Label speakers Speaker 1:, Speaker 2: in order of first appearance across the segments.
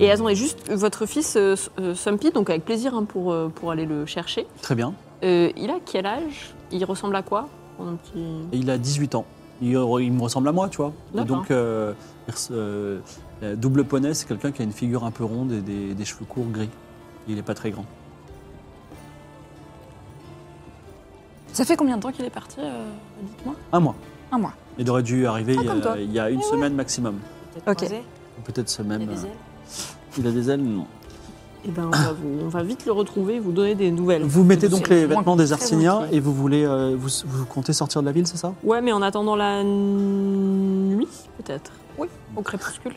Speaker 1: Et elles ont et juste votre fils euh, euh, Sumpy, donc avec plaisir hein, pour, euh, pour aller le chercher.
Speaker 2: Très bien.
Speaker 1: Euh, il a quel âge Il ressemble à quoi en un petit...
Speaker 2: Et il a 18 ans. Il, re- il me ressemble à moi, tu vois. Et
Speaker 1: D'accord.
Speaker 2: donc, euh, il res- euh, la double poney, c'est quelqu'un qui a une figure un peu ronde et des, des cheveux courts gris. Il n'est pas très grand.
Speaker 3: Ça fait combien de temps qu'il est parti euh, Dites-moi.
Speaker 2: Un mois.
Speaker 3: Un mois.
Speaker 2: Il aurait dû arriver il, y
Speaker 3: comme toi.
Speaker 2: a, il y a une semaine maximum.
Speaker 3: Ok.
Speaker 2: Ou Peut-être semaine.
Speaker 4: Il y a des
Speaker 2: euh, Il a des ailes Non.
Speaker 1: Eh ben, on, va vous- on va vite le retrouver, vous donner des nouvelles.
Speaker 2: Vous mettez donc les
Speaker 1: Moins-
Speaker 2: vêtements des
Speaker 1: très
Speaker 2: Arsiniens
Speaker 1: gentil.
Speaker 2: et vous voulez. euh, vous, vous comptez sortir de la ville, c'est ça
Speaker 1: Ouais, mais en attendant la nuit, peut-être.
Speaker 3: Oui, au crépuscule.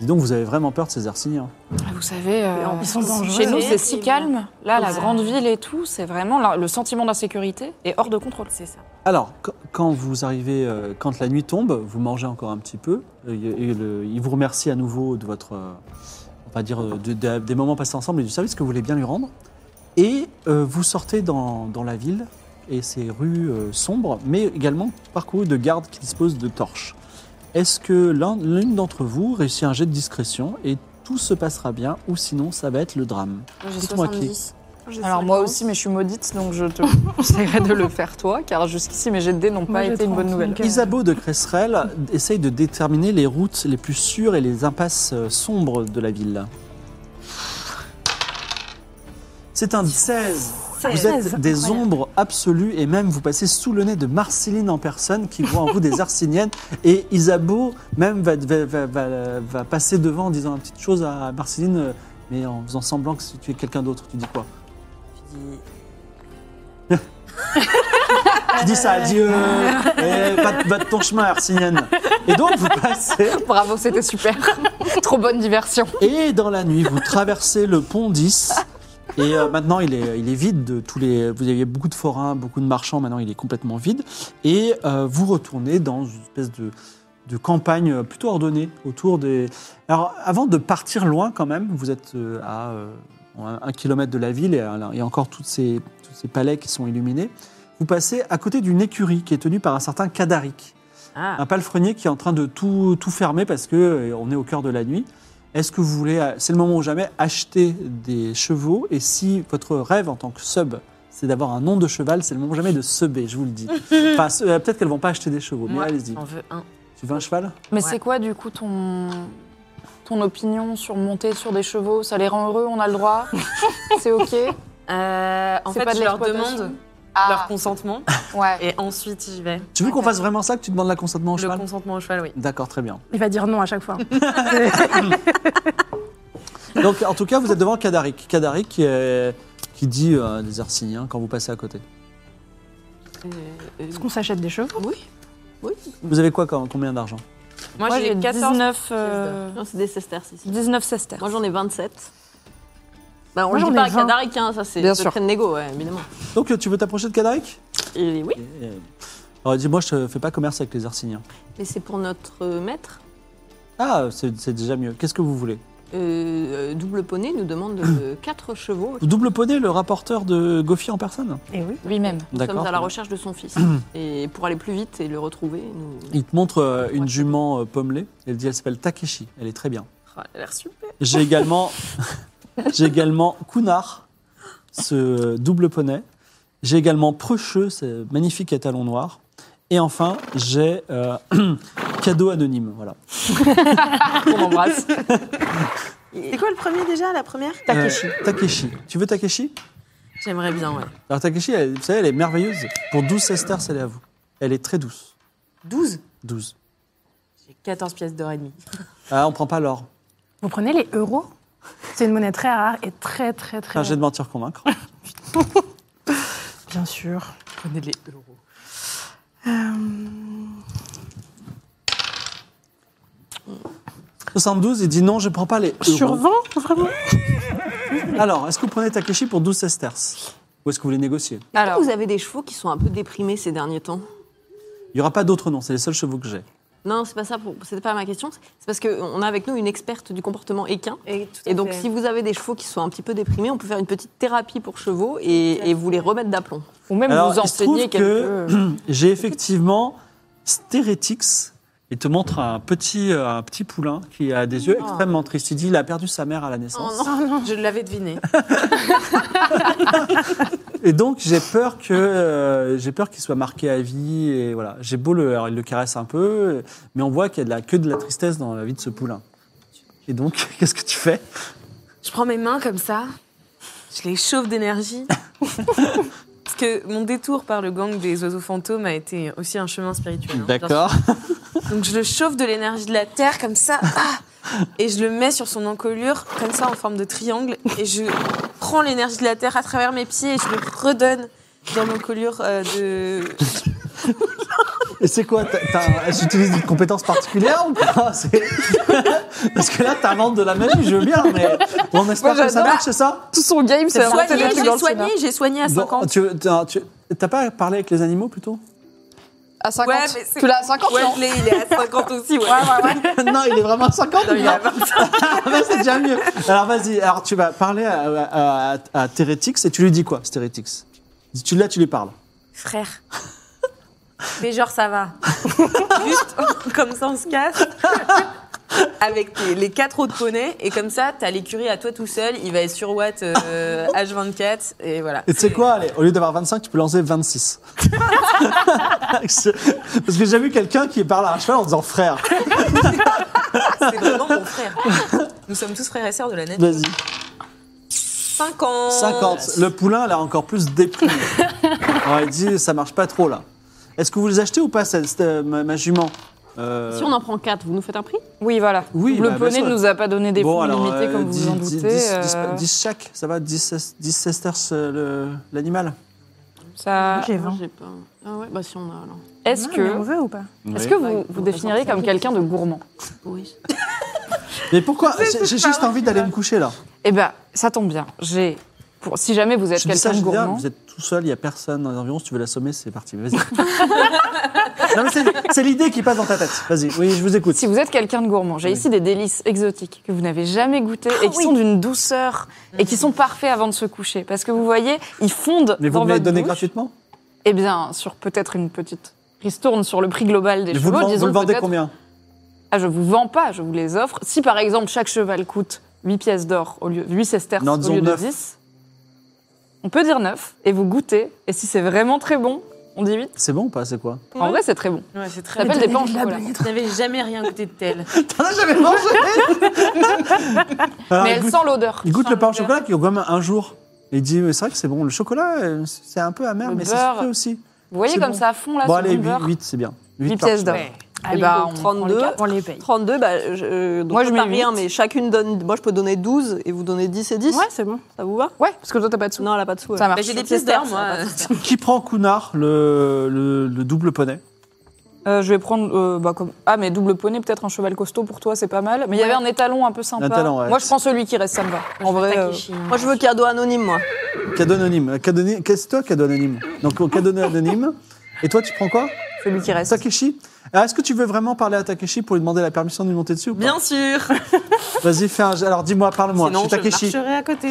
Speaker 2: Dis donc, vous avez vraiment peur de ces Arsiniens.
Speaker 3: Vous savez, euh,
Speaker 1: Ils sont dangereux.
Speaker 3: chez nous, c'est si
Speaker 1: Terrible.
Speaker 3: calme. Là, la
Speaker 1: Ouais.
Speaker 3: grande ville et tout, c'est vraiment là, le sentiment d'insécurité est hors de contrôle. C'est ça.
Speaker 2: Alors, qu- quand vous arrivez, euh, quand la nuit tombe, vous mangez encore un petit peu. euh, et- et le- il vous remercie à nouveau de votre, euh, on va dire, euh, de- de- des moments passés ensemble et du service que vous voulez bien lui rendre. Et euh, vous sortez dans, dans la ville et ses rues euh, sombres, mais également parcourues de gardes qui disposent de torches. Est-ce que l'un- l'une d'entre vous réussit un jet de discrétion et tout se passera bien, ou sinon ça va être le drame
Speaker 4: J'ai
Speaker 2: Dites-moi qui.
Speaker 4: 70.
Speaker 3: Alors moi aussi, mais je suis maudite, donc je te conseillerais de le faire toi, car jusqu'ici mes jets de dés n'ont
Speaker 5: Moi,
Speaker 3: pas
Speaker 5: j'ai
Speaker 3: été une bonne
Speaker 5: 30,
Speaker 3: nouvelle.
Speaker 5: donc, euh,
Speaker 2: Isabeau de Cresserelle essaye de déterminer les routes les plus sûres et les impasses euh, sombres de la ville. C'est un 16. Vous êtes des ombres absolues et même vous passez sous le nez de Marceline en personne qui voit en vous des arsiniennes. Et Isabeau même va, va- va- va- va passer devant en disant une petite chose à Marceline, euh, mais en faisant semblant que tu es quelqu'un d'autre. Tu dis quoi Je dis ça, adieu Eh, va, va de ton chemin, Arsinienne Et donc vous passez
Speaker 3: Bravo, c'était super. Trop bonne diversion.
Speaker 2: Et dans la nuit, vous traversez le pont 10. Et euh, maintenant, il est, il est vide de tous les. Vous aviez beaucoup de forains, beaucoup de marchands. Maintenant, il est complètement vide. Et euh, vous retournez dans une espèce de, de campagne plutôt ordonnée autour des. Alors, avant de partir loin, quand même, vous êtes euh, à euh, un, un kilomètre de la ville et euh, là, il y a encore toutes ces, tous ces palais qui sont illuminés. Vous passez à côté d'une écurie qui est tenue par un certain Kadarik, un palefrenier qui est en train de tout, tout fermer parce que euh, on est au cœur de la nuit. Est-ce que vous voulez, euh, c'est le moment ou jamais, acheter des chevaux Et si votre rêve en tant que sub, c'est d'avoir un nom de cheval, c'est le moment ou jamais de subber, je vous le dis. Enfin, ce- euh, peut-être qu'elles vont pas acheter des chevaux, mais
Speaker 4: Moi,
Speaker 2: allez-y.
Speaker 4: j'en veux un.
Speaker 2: Tu veux un cheval
Speaker 3: Mais
Speaker 4: Ouais.
Speaker 3: c'est quoi du coup ton ton opinion sur monter sur des chevaux Ça les rend heureux, on a le droit. c'est ok.
Speaker 4: Euh, en
Speaker 3: C'est
Speaker 4: fait,
Speaker 3: pas de
Speaker 4: je leur
Speaker 3: l'exploitation.
Speaker 4: demande leur
Speaker 3: Ah
Speaker 4: consentement
Speaker 3: ouais.
Speaker 4: et ensuite j'y vais.
Speaker 2: Tu veux qu'on
Speaker 3: Ok.
Speaker 2: fasse vraiment ça, que tu demandes la consentement au
Speaker 4: Le
Speaker 2: cheval
Speaker 4: consentement au cheval, oui.
Speaker 2: D'accord, très bien.
Speaker 5: Il va dire non à chaque fois.
Speaker 2: Donc, en tout cas, vous êtes devant Kadarik. Kadarik qui, est- qui dit euh, des Arsiniens quand vous passez à côté.
Speaker 1: Euh, euh,
Speaker 5: Est-ce qu'on s'achète des chevaux
Speaker 1: oui. Oui.
Speaker 2: Vous avez quoi, quand- combien d'argent
Speaker 4: Moi,
Speaker 3: Moi
Speaker 4: j'ai
Speaker 3: j'ai
Speaker 4: 14.
Speaker 3: 19 euh,
Speaker 1: Non, c'est des sesterces ici.
Speaker 3: 19 sesterces.
Speaker 1: Moi j'en ai 27. Bah, on
Speaker 5: Moi,
Speaker 1: ne
Speaker 5: j'en
Speaker 1: dit
Speaker 5: ai
Speaker 1: pas à
Speaker 5: 20.
Speaker 1: Kadarik, hein, ça c'est
Speaker 3: Bien
Speaker 1: le secret de négo, ouais, évidemment.
Speaker 2: Donc, tu veux t'approcher de Kadarik
Speaker 1: Et oui,
Speaker 2: Alors, dis-moi, je te fais pas commerce avec les Arsiniens.
Speaker 1: mais c'est pour notre euh, maître.
Speaker 2: Ah, c'est c'est déjà mieux. Qu'est-ce que vous voulez
Speaker 1: Euh, euh, double poney nous demande euh, quatre chevaux.
Speaker 2: Double poney, le rapporteur de Goffi en personne
Speaker 5: Et Eh oui.
Speaker 3: Lui-même.
Speaker 1: Nous sommes
Speaker 2: D'accord.
Speaker 1: à la recherche de son fils. et pour aller plus vite et le retrouver, nous.
Speaker 2: Il te montre euh, une jument euh, pommelée. Elle dit elle s'appelle Takeshi. Elle est très bien.
Speaker 1: Ah, elle a l'air super.
Speaker 2: J'ai également, j'ai également Kunar, ce double poney. J'ai également Precheux, ce magnifique étalon noir. Et enfin, j'ai euh, Cadeau Anonyme. Voilà.
Speaker 3: On embrasse.
Speaker 4: C'est quoi le premier déjà, la première
Speaker 2: Takeshi. Euh, Takeshi. Tu veux Takeshi
Speaker 4: J'aimerais bien, ouais.
Speaker 2: Alors Takeshi, elle- vous savez, elle est merveilleuse. Pour 12 sesterces, elle est à vous. Elle est très douce.
Speaker 4: 12
Speaker 2: 12.
Speaker 4: J'ai 14 pièces d'or et demie.
Speaker 2: Ah, on prend pas l'or.
Speaker 5: Vous prenez les euros C'est une monnaie très rare et très, très, très.
Speaker 2: Enfin, j'ai de mentir convaincre.
Speaker 5: Bien sûr.
Speaker 4: Prenez les euros.
Speaker 5: Euh,
Speaker 2: 72, il dit non, je prends pas les euros.
Speaker 5: sur 20, vraiment
Speaker 2: Alors, est-ce que vous prenez Takeshi pour 12 sesterces Ou est-ce que vous les négociez
Speaker 1: Alors,
Speaker 4: Vous avez des chevaux qui sont un peu déprimés ces derniers temps.
Speaker 2: Il n'y aura pas d'autres noms, c'est les seuls chevaux que j'ai.
Speaker 1: non, c'est pas ça, pour- c'était pas ma question. C'est parce qu'on a avec nous une experte du comportement équin.
Speaker 5: et, tout à
Speaker 1: Et donc,
Speaker 5: fait.
Speaker 1: si vous avez des chevaux qui sont un petit peu déprimés, on peut faire une petite thérapie pour chevaux et, et vous les remettre d'aplomb.
Speaker 3: Ou même
Speaker 2: Alors,
Speaker 3: vous
Speaker 2: il se trouve
Speaker 3: enseigner
Speaker 2: que-
Speaker 3: quelque.
Speaker 2: J'ai effectivement Stérétix. Il te montre un petit, euh, un petit poulain qui a des yeux
Speaker 4: Oh.
Speaker 2: extrêmement tristes. Il dit il a perdu sa mère à la naissance.
Speaker 4: Je l'avais deviné.
Speaker 2: Et donc, j'ai peur que euh, j'ai peur qu'il soit marqué à vie. Et voilà, j'ai beau le, alors, il le caresse un peu, mais on voit qu'il y a de la, que de la tristesse dans la vie de ce poulain. Et donc, qu'est-ce que tu fais
Speaker 4: Je prends mes mains comme ça, je les chauffe d'énergie. Parce que mon détour par le gang des oiseaux fantômes a été aussi un chemin spirituel. hein, bien sûr. Donc je le chauffe de l'énergie de la terre comme ça, ah et je le mets sur son encolure comme ça en forme de triangle, et je prends l'énergie de la terre à travers mes pieds et je le redonne dans l'encolure euh, de.
Speaker 2: Et c'est quoi t'as- t'as- Est-ce que tu utilises une compétence particulière ou pas C'est- Parce que là, t'inventes de la magie, je veux bien, mais on espère
Speaker 3: Moi,
Speaker 2: que ça
Speaker 3: j'adore.
Speaker 2: marche, c'est ça
Speaker 3: Tout son game, c'est
Speaker 1: Soigné,
Speaker 3: inventé des trucs dans
Speaker 1: j'ai
Speaker 3: le
Speaker 1: soigné,
Speaker 3: scénar.
Speaker 1: j'ai soigné à 50.
Speaker 2: Bon, tu veux- t'as- tu- T'as pas parlé avec les animaux plutôt
Speaker 3: À 50.
Speaker 4: Ouais, mais c'est-
Speaker 3: tu l'as à hein. 50
Speaker 1: Ouais,
Speaker 3: non
Speaker 1: je l'ai, il est à 50 aussi, ouais.
Speaker 2: Non, il est vraiment à 50
Speaker 4: Non, il est à 20.
Speaker 2: Ah bah, c'est déjà mieux. Alors vas-y, alors tu vas parler à, à, à, à Térétix et tu lui dis quoi, Térétix Tu là, tu lui parles.
Speaker 4: Frère. Mais genre, ça va. Juste comme ça, on se casse. Avec tes- les quatre autres poneys. Et comme ça, t'as l'écurie à toi tout seul. Il va être sur Watt euh, H24. Et voilà.
Speaker 2: Et tu sais quoi, allez, au lieu d'avoir 25, tu peux lancer 26. Parce que j'ai vu quelqu'un qui parle à un cheval en disant frère.
Speaker 4: C'est vraiment mon frère. Nous sommes tous frères et sœurs de la nature.
Speaker 2: Vas-y.
Speaker 4: 50.
Speaker 2: 50. Euh, Le poulain, là, encore plus déprimé. Alors, il dit, ça marche pas trop, là. Est-ce que vous les achetez ou pas, cette, cette, euh, ma, ma jument Euh,
Speaker 1: Si on en prend 4, vous nous faites un prix
Speaker 3: Oui, voilà.
Speaker 2: Oui,
Speaker 3: le
Speaker 2: bah, bien
Speaker 3: poney
Speaker 2: sûr.
Speaker 3: ne nous a pas donné des
Speaker 2: bon,
Speaker 3: fonds
Speaker 2: alors,
Speaker 3: limités,
Speaker 2: euh,
Speaker 3: comme vous vous en
Speaker 2: 10,
Speaker 3: doutez.
Speaker 2: 10,
Speaker 3: euh,
Speaker 2: 10 chaque, ça va 10, 10 sesterces euh, le- l'animal
Speaker 3: ça-
Speaker 5: J'ai 20.
Speaker 1: J'ai pas. Ah ouais, bah si on a alors.
Speaker 3: Est-ce
Speaker 5: Ah, mais on
Speaker 3: que,
Speaker 5: veut ou pas
Speaker 3: est-ce que
Speaker 1: Ouais,
Speaker 3: vous vous définirez comme quelqu'un de gourmand
Speaker 1: Oui.
Speaker 2: Mais pourquoi J'ai j'ai juste envie d'aller me coucher, là.
Speaker 3: Eh ben, ça tombe bien. J'ai, pour- si jamais vous êtes
Speaker 2: Je dis ça,
Speaker 3: quelqu'un
Speaker 2: je
Speaker 3: de
Speaker 2: dis, ah,
Speaker 3: gourmand,
Speaker 2: vous êtes tout seul, il n'y a personne dans les environs, si tu veux l'assommer, c'est parti, vas-y. non, mais c'est- c'est l'idée qui passe dans ta tête. Vas-y, oui, je vous écoute.
Speaker 3: si vous êtes quelqu'un de gourmand, j'ai
Speaker 2: Oui. Ah
Speaker 3: ici des délices exotiques que vous n'avez jamais goûtés et qui sont d'une douceur et qui sont parfaits avant de se coucher, parce que vous voyez, ils fondent
Speaker 2: Mais vous
Speaker 3: dans
Speaker 2: me les
Speaker 3: votre
Speaker 2: donnez
Speaker 3: bouche.
Speaker 2: gratuitement
Speaker 3: Eh bien, sur peut-être une petite ristourne sur le prix global des
Speaker 2: Mais vous, le
Speaker 3: chevaux,
Speaker 2: vend- vous
Speaker 3: disons
Speaker 2: le vendez
Speaker 3: peut-être-
Speaker 2: combien
Speaker 3: Ah, je vous vends pas, je vous les offre. Si par exemple chaque cheval coûte 8 pièces d'or au lieu 8 sesterces
Speaker 2: Non,
Speaker 3: au
Speaker 2: disons
Speaker 3: lieu
Speaker 2: neuf.
Speaker 3: de 10, on peut dire 9 et vous goûtez et si c'est vraiment très bon, on dit 8.
Speaker 2: C'est bon ou pas C'est quoi
Speaker 3: En vrai, c'est très bon.
Speaker 4: Ouais, c'est
Speaker 3: Ça
Speaker 4: très
Speaker 3: s'appelle des pains au chocolat.
Speaker 4: Je n'avais jamais rien goûté de tel.
Speaker 2: T'en as jamais mangé Alors,
Speaker 3: Mais
Speaker 2: Ah, il
Speaker 3: elle
Speaker 2: goûte-
Speaker 3: sent l'odeur.
Speaker 2: Il goûte le pain au
Speaker 4: l'odeur.
Speaker 2: chocolat qui est quand même un jour. Et il dit, mais c'est vrai que c'est bon, le chocolat, euh, c'est un peu amer,
Speaker 3: Le
Speaker 2: mais c'est
Speaker 3: beurre.
Speaker 2: sucré aussi.
Speaker 3: Vous voyez
Speaker 2: C'est
Speaker 3: comme
Speaker 2: bon.
Speaker 3: ça à fond là
Speaker 2: bon,
Speaker 3: sur
Speaker 2: allez,
Speaker 3: le
Speaker 2: 8,
Speaker 3: beurre
Speaker 2: c'est bien.
Speaker 3: 8
Speaker 2: Huit par
Speaker 3: pièces d'or.
Speaker 4: Ouais.
Speaker 3: Eh
Speaker 1: Allez,
Speaker 3: ben,
Speaker 1: donc,
Speaker 3: on prend les
Speaker 1: 32.
Speaker 3: quatre.
Speaker 5: On les paye.
Speaker 1: 32, bah,
Speaker 6: euh,
Speaker 1: je, donc
Speaker 3: Moi, je
Speaker 1: toi,
Speaker 3: mets
Speaker 1: t'as rien,
Speaker 6: hein,
Speaker 3: huit.
Speaker 1: mais chacune donne. Moi, je peux donner 12 et vous donnez 10 et 10.
Speaker 5: Ouais, c'est bon.
Speaker 1: Ça vous va
Speaker 3: Ouais, parce que toi t'as pas de sous.
Speaker 1: Non, elle a pas de sous.
Speaker 3: Ça
Speaker 1: elle.
Speaker 3: marche.
Speaker 4: Bah, J'ai des pièces d'or, moi.
Speaker 2: Qui prend Cunard, le, le- le double poney
Speaker 3: Euh, je vais prendre euh, bah, comme... ah mais double poney peut-être un cheval costaud pour toi c'est pas mal. Mais il y avait un étalon un peu sympa.
Speaker 2: Un étalon, ouais.
Speaker 3: Moi je prends celui qui reste ça me va. En vrai. euh,
Speaker 6: hein.
Speaker 1: Moi, je veux cadeau anonyme, moi.
Speaker 2: Cadeau anonyme. Cadeau anonyme- Qu'est-ce que c'est toi, cadeau anonyme Donc, au cadeau anonyme. Et toi, tu prends quoi
Speaker 3: Celui qui reste.
Speaker 2: Takeshi Alors, Est-ce que tu veux vraiment parler à Takeshi pour lui demander la permission de lui monter dessus ou pas
Speaker 4: Bien sûr.
Speaker 2: Vas-y, fais un. jet. Alors, dis-moi, parle-moi. Je
Speaker 4: Sinon,
Speaker 2: suis Takeshi.
Speaker 4: je marcherai à côté.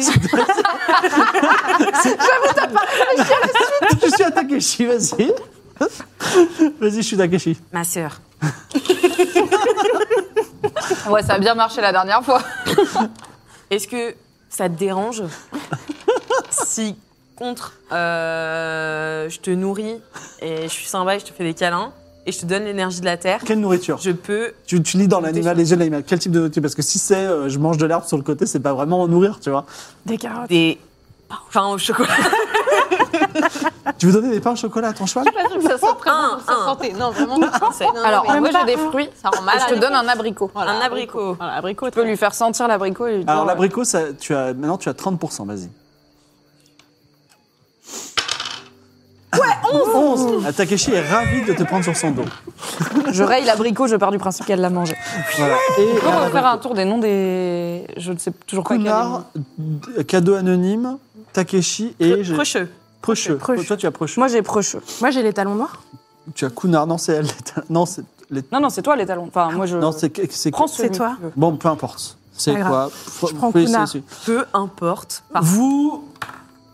Speaker 2: je suis à Takeshi, vas-y. Vas-y, je suis Takeshi.
Speaker 4: Ma sœur.
Speaker 3: Ouais ça a bien marché la dernière fois.
Speaker 4: Est-ce que ça te dérange si contre euh, je te nourris et je suis sympa et je te fais des câlins et je te donne l'énergie de la terre,
Speaker 2: Quelle nourriture
Speaker 4: je peux
Speaker 2: tu, tu lis dans
Speaker 4: Des
Speaker 2: l'animal, les yeux de l'animal. Quel type de nourriture Parce que si c'est euh, je mange de l'herbe sur le côté, c'est pas vraiment nourrir, tu vois.
Speaker 5: Des carottes.
Speaker 4: des pains au chocolat.
Speaker 3: Ah.
Speaker 2: tu veux donner des pains au chocolat à ton cheval
Speaker 6: Ça sent très bon pour sa
Speaker 4: un.
Speaker 6: santé. Non, vraiment. c'est- non,
Speaker 3: Alors,
Speaker 6: mais
Speaker 3: moi,
Speaker 6: voilà.
Speaker 3: j'ai des fruits.
Speaker 6: Ça rend mal.
Speaker 3: Et je te donne un abricot.
Speaker 4: Un abricot.
Speaker 6: Voilà, abricot.
Speaker 3: Tu peux lui faire sentir l'abricot et lui dire.
Speaker 2: Alors l'abricot, ça, tu as, maintenant tu as 30%, vas-y. Ouais, 11 11 Takeshi est ravi de te prendre sur son dos.
Speaker 3: euh, Je raye l'abricot, je pars du principe qu'elle l'a mangé.
Speaker 2: Voilà. Et
Speaker 3: Donc, on va
Speaker 2: euh,
Speaker 3: faire un tour des noms des. Je ne sais toujours pas quel est le nom.
Speaker 2: Cunard, d- cadeau anonyme, Takeshi et... j'ai-
Speaker 4: Procheux.
Speaker 2: Precheux.
Speaker 5: Precheux.
Speaker 2: Toi, tu as Precheux.
Speaker 3: Moi, j'ai precheux.
Speaker 5: Moi, j'ai les talons noirs.
Speaker 2: Tu as Cunard, non, c'est elle. Non, c'est... les-
Speaker 3: Non, non, c'est toi les talons. Enfin, moi, je.
Speaker 2: Non, c'est... c'est-
Speaker 3: Prends
Speaker 5: Euh, C'est
Speaker 3: celui que
Speaker 5: toi.
Speaker 3: tu veux.
Speaker 2: Bon, peu importe. C'est
Speaker 5: Pas
Speaker 2: quoi
Speaker 5: grave.
Speaker 2: Faut-
Speaker 5: Je prends
Speaker 2: oui, c'est-
Speaker 5: Cunard.
Speaker 2: c'est-
Speaker 4: Peu importe.
Speaker 2: Vous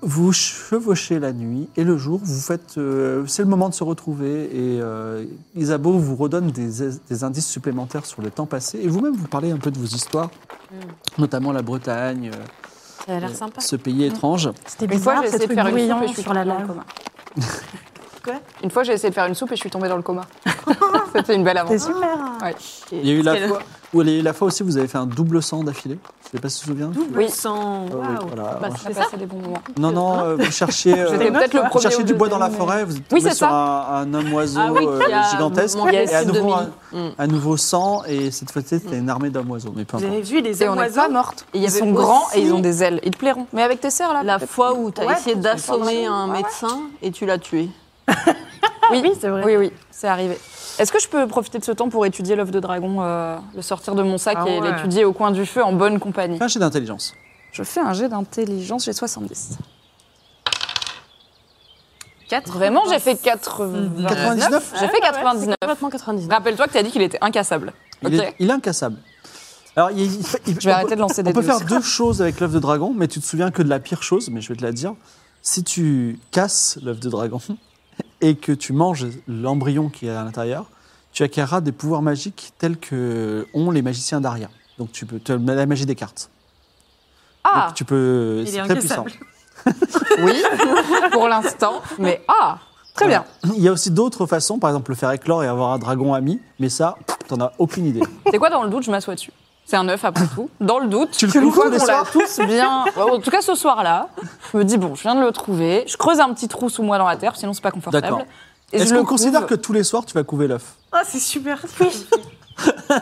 Speaker 2: vous chevauchez la nuit et le jour, vous faites. euh, c'est le moment de se retrouver et euh, Isabeau vous redonne des, des indices supplémentaires sur le temps passé et vous-même vous parlez un peu de vos histoires,
Speaker 5: Mm.
Speaker 2: notamment la Bretagne, euh,
Speaker 6: Ça a l'air sympa.
Speaker 2: ce pays étrange.
Speaker 5: C'était
Speaker 3: Une fois, j'ai
Speaker 5: bizarre, ces
Speaker 3: essayé de
Speaker 5: trucs
Speaker 3: faire une soupe
Speaker 5: bruyants
Speaker 3: et je suis
Speaker 5: sur la
Speaker 3: tombée dans le
Speaker 5: lave.
Speaker 3: coma. Une fois, j'ai essayé de faire une soupe et je suis tombée dans le coma. C'était une belle
Speaker 5: C'est
Speaker 3: aventure.
Speaker 5: super.
Speaker 2: Il y a eu la
Speaker 4: Quelle-
Speaker 2: fois, où il y a eu la fois aussi, vous avez fait un double sang d'affilée. Je ne sais pas si tu te souviens.
Speaker 3: Oui.
Speaker 4: Sans.
Speaker 2: Ah oui, voilà.
Speaker 6: Bah, c'est
Speaker 3: J'ai
Speaker 6: ça.
Speaker 3: passé des bons moments.
Speaker 2: Non,
Speaker 5: hein
Speaker 2: non, euh, vous cherchez, euh,
Speaker 3: J'étais peut-être le
Speaker 2: vous
Speaker 3: premier
Speaker 2: cherchez
Speaker 3: ou
Speaker 2: du bois dans
Speaker 3: deuxième,
Speaker 2: la
Speaker 3: mais-
Speaker 2: forêt, vous êtes
Speaker 3: Oui,
Speaker 2: tombé
Speaker 3: c'est
Speaker 2: sur
Speaker 3: ça.
Speaker 2: un, un oiseau
Speaker 6: Ah oui,
Speaker 2: euh,
Speaker 6: qui a
Speaker 2: gigantesque
Speaker 6: mangé
Speaker 2: et à
Speaker 6: six
Speaker 2: nouveau, un,
Speaker 6: demi.
Speaker 2: un nouveau sang et cette fois-ci c'était une armée d'hommes oiseaux. Mais peu
Speaker 4: Vous
Speaker 2: importe.
Speaker 4: avez vu les
Speaker 3: Et on n'est
Speaker 4: oiseaux
Speaker 3: pas morte.
Speaker 4: il y
Speaker 3: Ils
Speaker 4: avait
Speaker 3: sont grands et
Speaker 4: aussi-
Speaker 3: ils ont des ailes. Ils te plairont. Mais avec tes sœurs, là.
Speaker 6: La
Speaker 3: peut-être.
Speaker 6: fois où tu as
Speaker 3: Ouais,
Speaker 6: essayé
Speaker 3: c'est
Speaker 6: d'assommer
Speaker 3: pas
Speaker 6: un
Speaker 3: mal. Ouais, ouais.
Speaker 6: médecin et tu l'as tué.
Speaker 3: Ah Oui,
Speaker 5: c'est vrai.
Speaker 3: Oui, oui, c'est arrivé. Est-ce que je peux profiter de ce temps pour étudier l'œuf de dragon, euh, le sortir de mon sac
Speaker 4: Ah
Speaker 3: et
Speaker 4: ouais.
Speaker 3: l'étudier au coin du feu en bonne compagnie
Speaker 2: Fais un jet d'intelligence.
Speaker 3: Je fais un jet d'intelligence, j'ai 70. Vraiment, j'ai fait 80...
Speaker 2: 99
Speaker 3: J'ai fait 99.
Speaker 6: Complètement 99.
Speaker 3: Rappelle-toi que t'as dit qu'il était incassable.
Speaker 2: il, est,
Speaker 3: Ok.
Speaker 2: il est incassable. Alors, il- il- il-
Speaker 3: Je vais arrêter de lancer des
Speaker 2: On peut
Speaker 3: dés
Speaker 2: faire
Speaker 3: aussi.
Speaker 2: deux choses avec l'œuf de dragon, mais tu te souviens que de la pire chose, mais je vais te la dire. Si tu casses l'œuf de dragon et que tu manges l'embryon qui est à l'intérieur, tu acquériras des pouvoirs magiques tels que ont les magiciens d'Aria. Donc tu peux tu as la magie des cartes.
Speaker 3: Ah,
Speaker 2: Donc tu peux
Speaker 4: Il
Speaker 2: c'est
Speaker 4: est
Speaker 2: très puissant.
Speaker 4: incassable.
Speaker 3: oui, pour l'instant, mais ah, très bien.
Speaker 2: Euh, Il y a aussi d'autres façons, par exemple le faire éclore et avoir un dragon ami, mais ça, t'en as aucune idée.
Speaker 3: C'est quoi dans le doute Je m'assois dessus. C'est un œuf après tout. Dans le doute,
Speaker 2: Tu le
Speaker 3: une
Speaker 2: trouves
Speaker 3: fois
Speaker 2: tous les
Speaker 3: qu'on l'a
Speaker 2: soirs
Speaker 3: tous bien. En tout cas, ce soir-là, je me dis bon, je viens de le trouver. Je creuse un petit trou sous moi dans la terre, sinon c'est pas
Speaker 2: D'accord.
Speaker 3: confortable. Et
Speaker 2: Est-ce
Speaker 3: je le
Speaker 2: qu'on considère que
Speaker 3: couve
Speaker 2: tous les soirs tu vas couver l'œuf
Speaker 4: Ah, c'est super.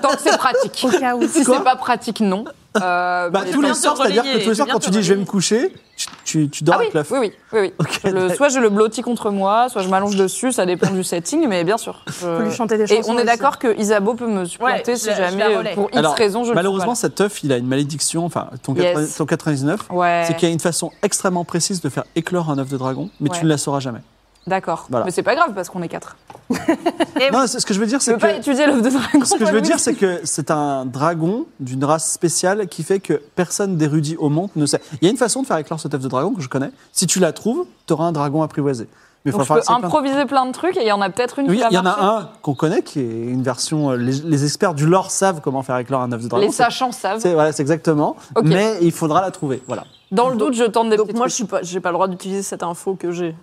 Speaker 3: tant que c'est pratique
Speaker 5: Au cas où.
Speaker 3: Si c'est pas pratique, non. Euh,
Speaker 2: Bah,
Speaker 3: mais-
Speaker 2: tous les
Speaker 4: bien
Speaker 2: soirs,
Speaker 4: te
Speaker 2: c'est-à-dire que
Speaker 4: relayer,
Speaker 2: tous les
Speaker 4: je
Speaker 2: soirs,
Speaker 4: viens
Speaker 2: quand
Speaker 4: te
Speaker 2: tu dis je vais me
Speaker 4: relayer.
Speaker 2: coucher, tu, tu- tu dors
Speaker 3: Ah oui,
Speaker 2: avec l'œuf.
Speaker 3: oui, oui, oui, oui.
Speaker 2: Ok,
Speaker 3: Je le-
Speaker 2: d'accord.
Speaker 3: soit je le blottis contre moi, soit je m'allonge dessus, ça dépend du setting, mais bien sûr. je-
Speaker 5: Faut lui chanter des
Speaker 3: Et
Speaker 5: chansons
Speaker 3: on est
Speaker 5: aussi.
Speaker 3: d'accord que Isabeau peut me supplanter
Speaker 4: Ouais, je
Speaker 3: si
Speaker 4: la- je la
Speaker 3: jamais, euh,
Speaker 4: relaie.
Speaker 3: pour X
Speaker 2: Alors,
Speaker 3: raison, je le
Speaker 2: Malheureusement,
Speaker 3: trouve
Speaker 2: cet œuf, il a une malédiction, enfin, ton,
Speaker 3: Yes.
Speaker 2: 80 ton 99,
Speaker 3: pas. ouais.
Speaker 2: c'est qu'il y a une façon extrêmement précise de faire éclore un œuf de dragon, mais
Speaker 3: Ouais.
Speaker 2: tu ne la sauras jamais.
Speaker 3: D'accord.
Speaker 2: Voilà.
Speaker 3: Mais c'est pas grave parce qu'on est quatre. Eh
Speaker 2: Non, c'est- ce que je veux dire,
Speaker 3: Je
Speaker 2: c'est
Speaker 3: veux pas
Speaker 2: que.
Speaker 3: étudier l'œuf de dragon.
Speaker 2: Ce que je veux
Speaker 3: Manu.
Speaker 2: dire, c'est que c'est un dragon d'une race spéciale qui fait que personne d'érudit au monde ne sait. Il y a une façon de faire éclore cet œuf de dragon que je connais. Si tu la trouves, tu auras un dragon apprivoisé. Mais il
Speaker 3: Donc je
Speaker 2: falloir
Speaker 3: peux
Speaker 2: que ça ait plein de-
Speaker 3: improviser plein de trucs et il y en a peut-être une
Speaker 2: Oui,
Speaker 3: qui va
Speaker 2: il y en a
Speaker 3: marcher.
Speaker 2: un qu'on connaît qui est une version. euh, Les, les experts du lore savent comment faire éclore un œuf de dragon.
Speaker 3: Les
Speaker 2: C'est-
Speaker 3: sachants savent.
Speaker 2: C'est voilà, c'est exactement.
Speaker 3: Ok.
Speaker 2: Mais il faudra la trouver. Voilà.
Speaker 3: Dans le doute, je tente des
Speaker 6: Donc
Speaker 3: petits
Speaker 6: moi, je
Speaker 3: trucs.
Speaker 6: suis pas, j'ai pas le droit d'utiliser cette info que j'ai.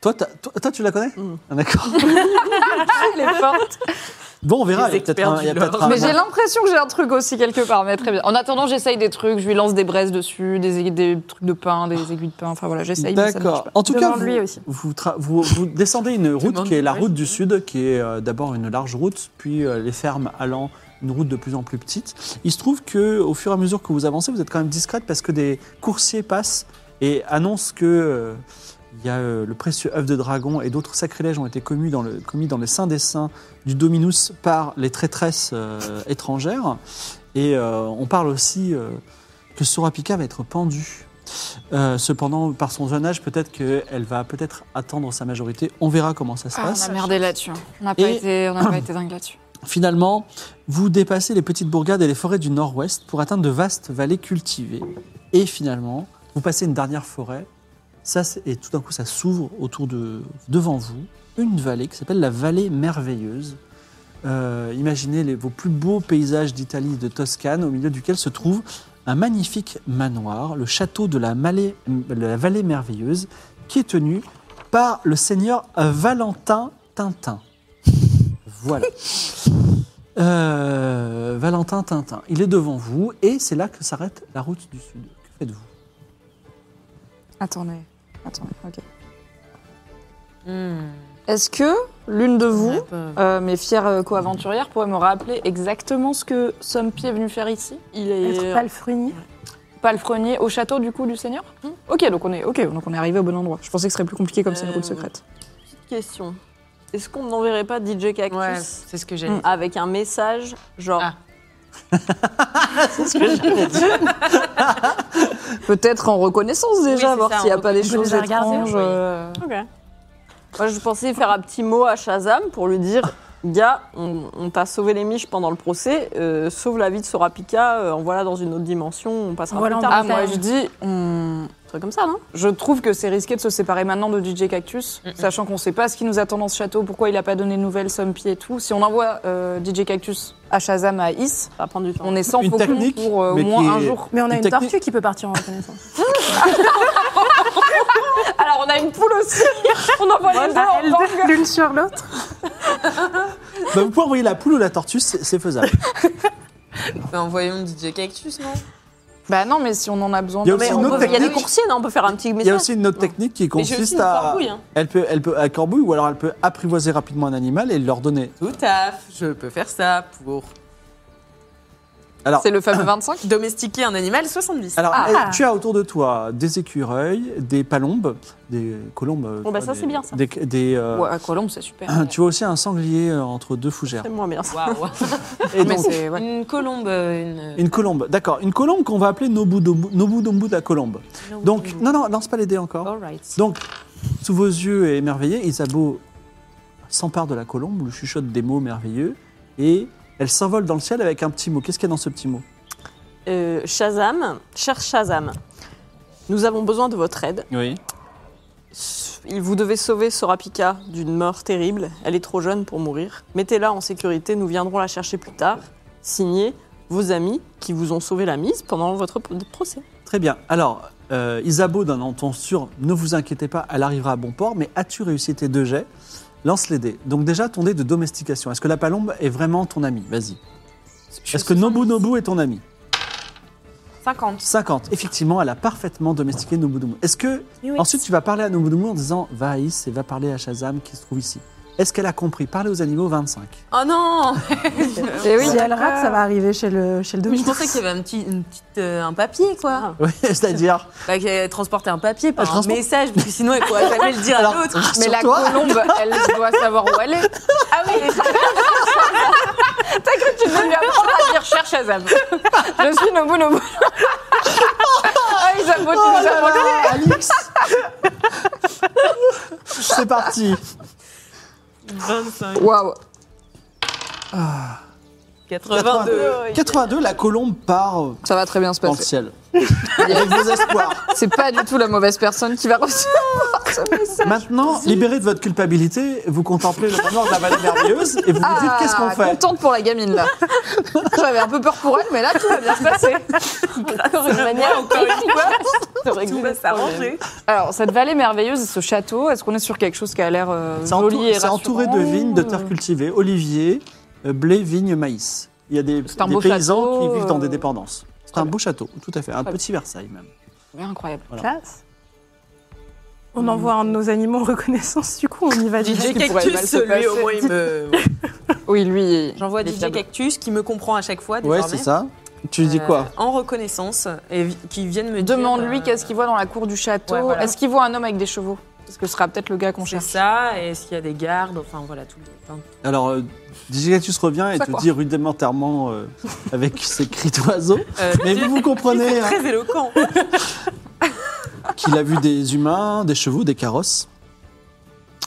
Speaker 2: Toi, t'as- toi, toi, tu la connais
Speaker 3: Mm.
Speaker 2: Ah, D'accord.
Speaker 3: Elle est forte.
Speaker 2: Bon, on verra.
Speaker 4: Les
Speaker 2: Il y a peut-être
Speaker 4: experts
Speaker 2: un. il y a
Speaker 4: du
Speaker 2: peut-être
Speaker 4: lore.
Speaker 2: un-
Speaker 3: Mais j'ai l'impression que j'ai un truc aussi quelque part. Mais très bien. En attendant, j'essaye des trucs. Je lui lance des braises dessus, des, aigu- des trucs de pain, des aiguilles de pain. Enfin voilà, j'essaye. mais ça ne marche
Speaker 2: D'accord.
Speaker 3: pas.
Speaker 2: En tout cas, vous,
Speaker 5: Demande-lui aussi.
Speaker 2: vous tra- vous- vous descendez une route
Speaker 4: Demande-
Speaker 2: qui est la
Speaker 4: ouais.
Speaker 2: route du sud, qui est euh, d'abord une large route, puis euh, les fermes allant une route de plus en plus petite. Il se trouve que au fur et à mesure que vous avancez, vous êtes quand même discrète parce que des coursiers passent et annoncent que euh, il y a euh, le précieux œuf de dragon et d'autres sacrilèges ont été commis dans le commis dans les saints des saints du Dominus par les traîtresses euh, étrangères. Et euh, on parle aussi euh, que Sorapika va être pendue. Euh, cependant, par son jeune âge, peut-être qu'elle va peut-être attendre sa majorité. On verra comment ça se
Speaker 3: Ah, on
Speaker 2: passe.
Speaker 3: a merdé là-dessus. hein. On n'a pas
Speaker 2: Et-
Speaker 3: été, on n'a pas été dingue là-dessus.
Speaker 2: Finalement, vous dépassez les petites bourgades et les forêts du nord-ouest pour atteindre de vastes vallées cultivées. Et finalement, vous passez une dernière forêt. Ça, c'est- et tout d'un coup, ça s'ouvre autour de devant vous une vallée qui s'appelle la vallée merveilleuse. Euh, imaginez les- vos plus beaux paysages d'Italie et de Toscane, au milieu duquel se trouve un magnifique manoir, le château de la, Malais- la vallée merveilleuse, qui est tenu par le seigneur Valentin Tintin. Voilà. Euh, Valentin Tintin, il est devant vous et c'est là que s'arrête la route du Sud. Que faites-vous
Speaker 3: Attendez. Attends, ok. Est-ce que l'une de vous,
Speaker 4: Ouais, pas-
Speaker 3: euh, mes fières euh, coaventurières, pourrait me rappeler exactement ce que Sumpy est venu faire ici Il
Speaker 5: Être
Speaker 3: est
Speaker 5: palefrenier.
Speaker 3: palefrenier au château du coup du Seigneur Hmm. Ok, donc on est ok, donc on est arrivé au bon endroit. Je pensais que ce serait plus compliqué comme c'est une
Speaker 6: Euh,
Speaker 3: route secrète.
Speaker 6: Petite question. Est-ce qu'on n'enverrait pas DJ Cactus
Speaker 4: Ouais, c'est ce que j'ai
Speaker 6: Mm. avec un message genre
Speaker 4: Ah.
Speaker 3: Peut-être en reconnaissance déjà,
Speaker 4: c'est
Speaker 3: voir
Speaker 4: ça,
Speaker 3: s'il n'y a
Speaker 4: on
Speaker 3: pas des
Speaker 5: peut
Speaker 3: choses
Speaker 5: déjà regarder,
Speaker 3: étranges.
Speaker 5: oui.
Speaker 3: euh,
Speaker 6: Moi, je pensais faire un petit mot à Shazam pour lui dire Gars, on, on t'a sauvé les miches pendant le procès, euh, sauve la vie de Sorapika, euh, en voilà dans une autre dimension, on passera
Speaker 5: Voilà,
Speaker 6: plus
Speaker 5: on
Speaker 6: tard.
Speaker 3: Ah,
Speaker 5: va
Speaker 3: moi
Speaker 5: faire-
Speaker 3: je dis, on-
Speaker 6: Un truc comme ça, non
Speaker 3: je trouve que c'est risqué de se séparer maintenant de DJ Cactus, sachant qu'on ne sait pas ce qui nous attend dans ce château, pourquoi il n'a pas donné de nouvelles, Sumpy et tout. Si on envoie euh, DJ Cactus à Shazam à Is,
Speaker 6: Ça va prendre du temps.
Speaker 3: on est sans
Speaker 2: Une
Speaker 3: faucon
Speaker 2: technique,
Speaker 3: pour euh,
Speaker 2: mais
Speaker 3: au
Speaker 2: qui
Speaker 3: moins un
Speaker 2: est-
Speaker 3: jour.
Speaker 5: Mais on a
Speaker 2: Une
Speaker 5: une
Speaker 2: technique-
Speaker 5: tortue qui peut partir en reconnaissance.
Speaker 6: Alors, on a une poule aussi On envoie les deux
Speaker 5: Ah,
Speaker 6: en
Speaker 5: elles
Speaker 6: tant
Speaker 5: deux, L'une sur l'autre.
Speaker 2: Bah, vous pouvez envoyer la poule ou la tortue, c'est c'est faisable.
Speaker 4: Bah, envoyons DJ Cactus, non
Speaker 3: Bah non, mais si on en a besoin.
Speaker 2: Il y a
Speaker 3: de-
Speaker 2: aussi
Speaker 3: on
Speaker 2: une autre
Speaker 3: peut-
Speaker 6: Il y a des
Speaker 2: technique.
Speaker 6: coursiers, non On peut faire un petit
Speaker 2: Il y a
Speaker 6: message.
Speaker 2: aussi une autre technique qui
Speaker 4: Mais j'ai aussi
Speaker 2: consiste
Speaker 4: une
Speaker 2: à.
Speaker 4: corbouille, hein.
Speaker 2: Elle peut, elle peut, à corbouille, ou alors elle peut apprivoiser rapidement un animal et leur donner.
Speaker 4: Tout à fait, je peux faire ça pour
Speaker 2: Alors,
Speaker 3: C'est le fameux 25
Speaker 4: domestiquer un animal 70.
Speaker 2: alors
Speaker 5: Ah.
Speaker 2: eh, tu as autour de toi des écureuils, des palombes, des colombes. euh,
Speaker 6: Bon, bah,
Speaker 2: tu
Speaker 6: ça,
Speaker 2: vois,
Speaker 6: c'est
Speaker 2: des-
Speaker 6: bien, ça.
Speaker 2: Des, des, euh,
Speaker 3: Ouais, à Colombe, c'est super.
Speaker 2: Tu vois aussi un sanglier euh, entre deux fougères.
Speaker 6: C'est moins bien ça.
Speaker 4: Waouh.
Speaker 2: Et
Speaker 3: mais
Speaker 2: donc,
Speaker 3: c'est. ouais.
Speaker 4: Une colombe, euh, une.
Speaker 2: Une colombe, d'accord. Une colombe qu'on va appeler Nobudombu, Nobudombu la colombe. Donc, non, non, lance pas les dés encore. Donc, sous vos yeux émerveillés, Isabeau s'empare de la colombe, lui chuchote des mots merveilleux, et elle s'envole dans le ciel avec un petit mot. Qu'est-ce qu'il y a dans ce petit mot
Speaker 6: Euh, Shazam, cher Shazam, nous avons besoin de votre aide.
Speaker 2: Oui.
Speaker 6: Il- Vous devez sauver Sorapika d'une mort terrible. Elle est trop jeune pour mourir. Mettez-la en sécurité, nous viendrons la chercher plus tard. Signé vos amis qui vous ont sauvé la mise pendant votre p- procès.
Speaker 2: Très bien. Alors, euh, Isabeau, d'un enton sûr, ne vous inquiétez pas, elle arrivera à bon port, mais as-tu réussi tes deux jets Lance les dés. Donc, déjà, ton dé de domestication. Est-ce que la palombe est vraiment ton ami Vas-y. Est-ce que Nobu Nobu est ton ami
Speaker 4: 50.
Speaker 2: 50. Effectivement, elle a parfaitement domestiqué Nobudumu. Est-ce que ensuite tu vas parler à Nobudumu en disant va à Is et va parler à Shazam qui se trouve ici. Est-ce qu'elle a compris Parler aux animaux 25.
Speaker 4: Oh non
Speaker 3: Et oui,
Speaker 5: Si elle rate, ça va arriver chez le chez le
Speaker 4: Mais
Speaker 5: domestique.
Speaker 4: je pensais qu'il y avait un petit, une petite, euh, un papier, quoi.
Speaker 3: Ah.
Speaker 2: Oui, c'est-à-dire.
Speaker 4: Bah, qu'elle transportait un papier, pas
Speaker 2: Elle
Speaker 4: un
Speaker 2: transporte-
Speaker 4: message, parce que sinon, elle pourrait jamais le dire à
Speaker 2: Alors,
Speaker 4: l'autre.
Speaker 3: Ah. mais la
Speaker 2: toi.
Speaker 3: colombe, elle doit savoir où elle est. Ah oui, elle est T'as cru que tu devais lui apprendre à dire cher Shazam. Je suis Nobu Nobu. ah, ils ont
Speaker 2: Oh
Speaker 3: motivé
Speaker 2: là là, Alix C'est parti.
Speaker 4: 25,
Speaker 3: Waouh.
Speaker 4: 82.
Speaker 2: 82, la colombe part euh,
Speaker 3: Ça va très bien se
Speaker 2: dans le
Speaker 3: passer.
Speaker 2: ciel. Avec vos espoirs. Ah,
Speaker 3: C'est pas du tout la mauvaise personne qui va recevoir ce message.
Speaker 2: Maintenant, libéré de votre culpabilité, vous contemplez le manoir de la vallée merveilleuse et vous vous dites
Speaker 3: Ah,
Speaker 2: qu'est-ce qu'on fait
Speaker 3: Contente pour la gamine là. J'avais un peu peur pour elle, mais là tout va bien se passer.
Speaker 6: Encore une manière, encore une fois. de régler
Speaker 4: Tout
Speaker 6: le
Speaker 4: va
Speaker 6: problème.
Speaker 4: s'arranger.
Speaker 3: Alors cette vallée merveilleuse, et ce château, est-ce qu'on est sur quelque chose qui a l'air euh,
Speaker 2: C'est
Speaker 3: joli
Speaker 2: entou-
Speaker 3: et
Speaker 2: c'est entouré de
Speaker 3: rassurant
Speaker 2: vignes, de terres cultivées, oliviers, euh, blé, vignes, maïs. Il y a des,
Speaker 3: C'est un
Speaker 2: des
Speaker 3: beau
Speaker 2: paysans
Speaker 3: château,
Speaker 2: qui vivent dans
Speaker 3: euh,
Speaker 2: des dépendances. C'est un beau château, tout à fait, un petit Versailles même.
Speaker 3: Ouais, Incroyable.
Speaker 5: Classe. On envoie un de nos animaux en reconnaissance, du coup, on y va
Speaker 4: DJ
Speaker 3: qui pourrait mal
Speaker 4: Cactus,
Speaker 3: se
Speaker 4: lui, au
Speaker 3: passer.
Speaker 4: moins, il me.
Speaker 3: Oui, lui.
Speaker 4: J'envoie
Speaker 3: il est
Speaker 4: DJ
Speaker 3: fiable.
Speaker 4: Cactus qui me comprend à chaque fois.
Speaker 2: Ouais,
Speaker 4: désormais.
Speaker 2: c'est ça. Tu dis
Speaker 4: Euh,
Speaker 2: quoi
Speaker 4: En reconnaissance, et vi- qui viennent me dire.
Speaker 3: Demande-lui
Speaker 4: euh,
Speaker 3: qu'est-ce qu'il voit dans la cour du château.
Speaker 4: Ouais, voilà.
Speaker 3: Est-ce qu'il voit un homme avec des chevaux Parce que ce sera peut-être le gars qu'on
Speaker 4: C'est
Speaker 3: cherche.
Speaker 4: ça, et est-ce qu'il y a des gardes, enfin voilà tout. le- enfin,
Speaker 2: Alors, euh, Digigatus revient et
Speaker 3: Ça
Speaker 2: te
Speaker 3: quoi
Speaker 2: dit rudimentairement euh, avec ses cris d'oiseau.
Speaker 4: euh,
Speaker 2: Mais vous, vous comprenez hein,
Speaker 4: Très éloquent.
Speaker 2: qu'il a vu des humains, des chevaux, des carrosses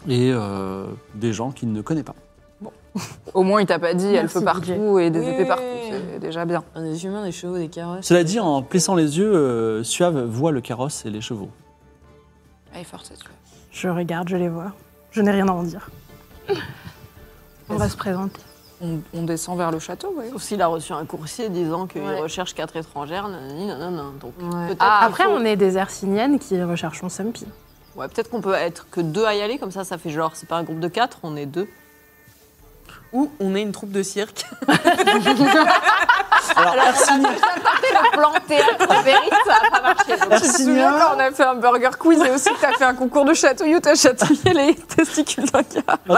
Speaker 2: et euh, des gens qu'il ne connaît pas.
Speaker 3: Au moins, il t'a pas dit, elle
Speaker 4: Merci,
Speaker 3: peut partout et des
Speaker 4: Oui,
Speaker 3: épées
Speaker 4: oui,
Speaker 3: partout.
Speaker 4: oui.
Speaker 3: C'est déjà bien.
Speaker 4: Des humains, des chevaux, des carrosses.
Speaker 2: Cela dit, en plissant les yeux, euh, Suave voit le carrosse et les chevaux.
Speaker 3: Elle est forte, cette fille.
Speaker 5: Je regarde, je les vois. Je n'ai rien à en dire. On va se présenter.
Speaker 3: on, on descend vers le château, oui.
Speaker 6: Sauf s'il a reçu un coursier disant qu'il
Speaker 3: Ouais.
Speaker 6: recherche quatre étrangères, nanani, nanana. Donc, peut-être
Speaker 3: Ah,
Speaker 5: Après, on est des Arciniennes qui recherchons Sumpy.
Speaker 6: ouais, peut-être qu'on peut être que deux à y aller, comme ça, ça fait genre, c'est pas un groupe de quatre, on est deux.
Speaker 4: Ou on est une troupe de cirque.
Speaker 2: Alors,
Speaker 3: Alors, on a déjà tenté de planter un strawberry, ça n'a pas marché. Donc,
Speaker 2: Merci,
Speaker 3: je me souviens
Speaker 2: Mia.
Speaker 3: quand on a fait un burger quiz et aussi que t'as fait un concours de chatouille où t'as chatouillé les testicules d'un gars.
Speaker 2: ok.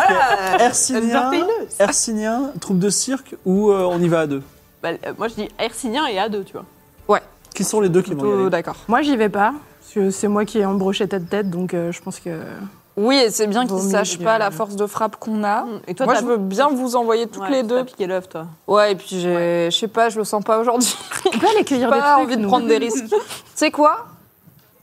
Speaker 2: Hercynien, Hercynien, troupe de cirque ou euh, on y va à deux
Speaker 6: Bah, euh, moi, je dis Hercynien et A2, tu vois.
Speaker 2: Qui sont les deux qui vont y
Speaker 3: Oh,
Speaker 2: aller
Speaker 3: D'accord.
Speaker 5: Moi, j'y vais pas. Parce que c'est moi qui ai embroché tête-tête, donc euh, je pense que.
Speaker 3: Oui, et c'est bien qu'ils
Speaker 5: Vomi,
Speaker 3: sachent pas
Speaker 5: euh,
Speaker 3: la force de frappe qu'on a.
Speaker 6: Et toi,
Speaker 3: Moi,
Speaker 6: t'as-
Speaker 3: je veux bien vous envoyer toutes
Speaker 6: Ouais,
Speaker 3: les
Speaker 6: t'as
Speaker 3: deux.
Speaker 6: piqué l'œuf, toi.
Speaker 3: Ouais, et puis j'ai- je sais pas, je le sens pas aujourd'hui.
Speaker 5: On peut aller cueillir des
Speaker 3: pas
Speaker 5: trucs.
Speaker 3: envie de
Speaker 5: nous.
Speaker 3: prendre des risques. tu sais quoi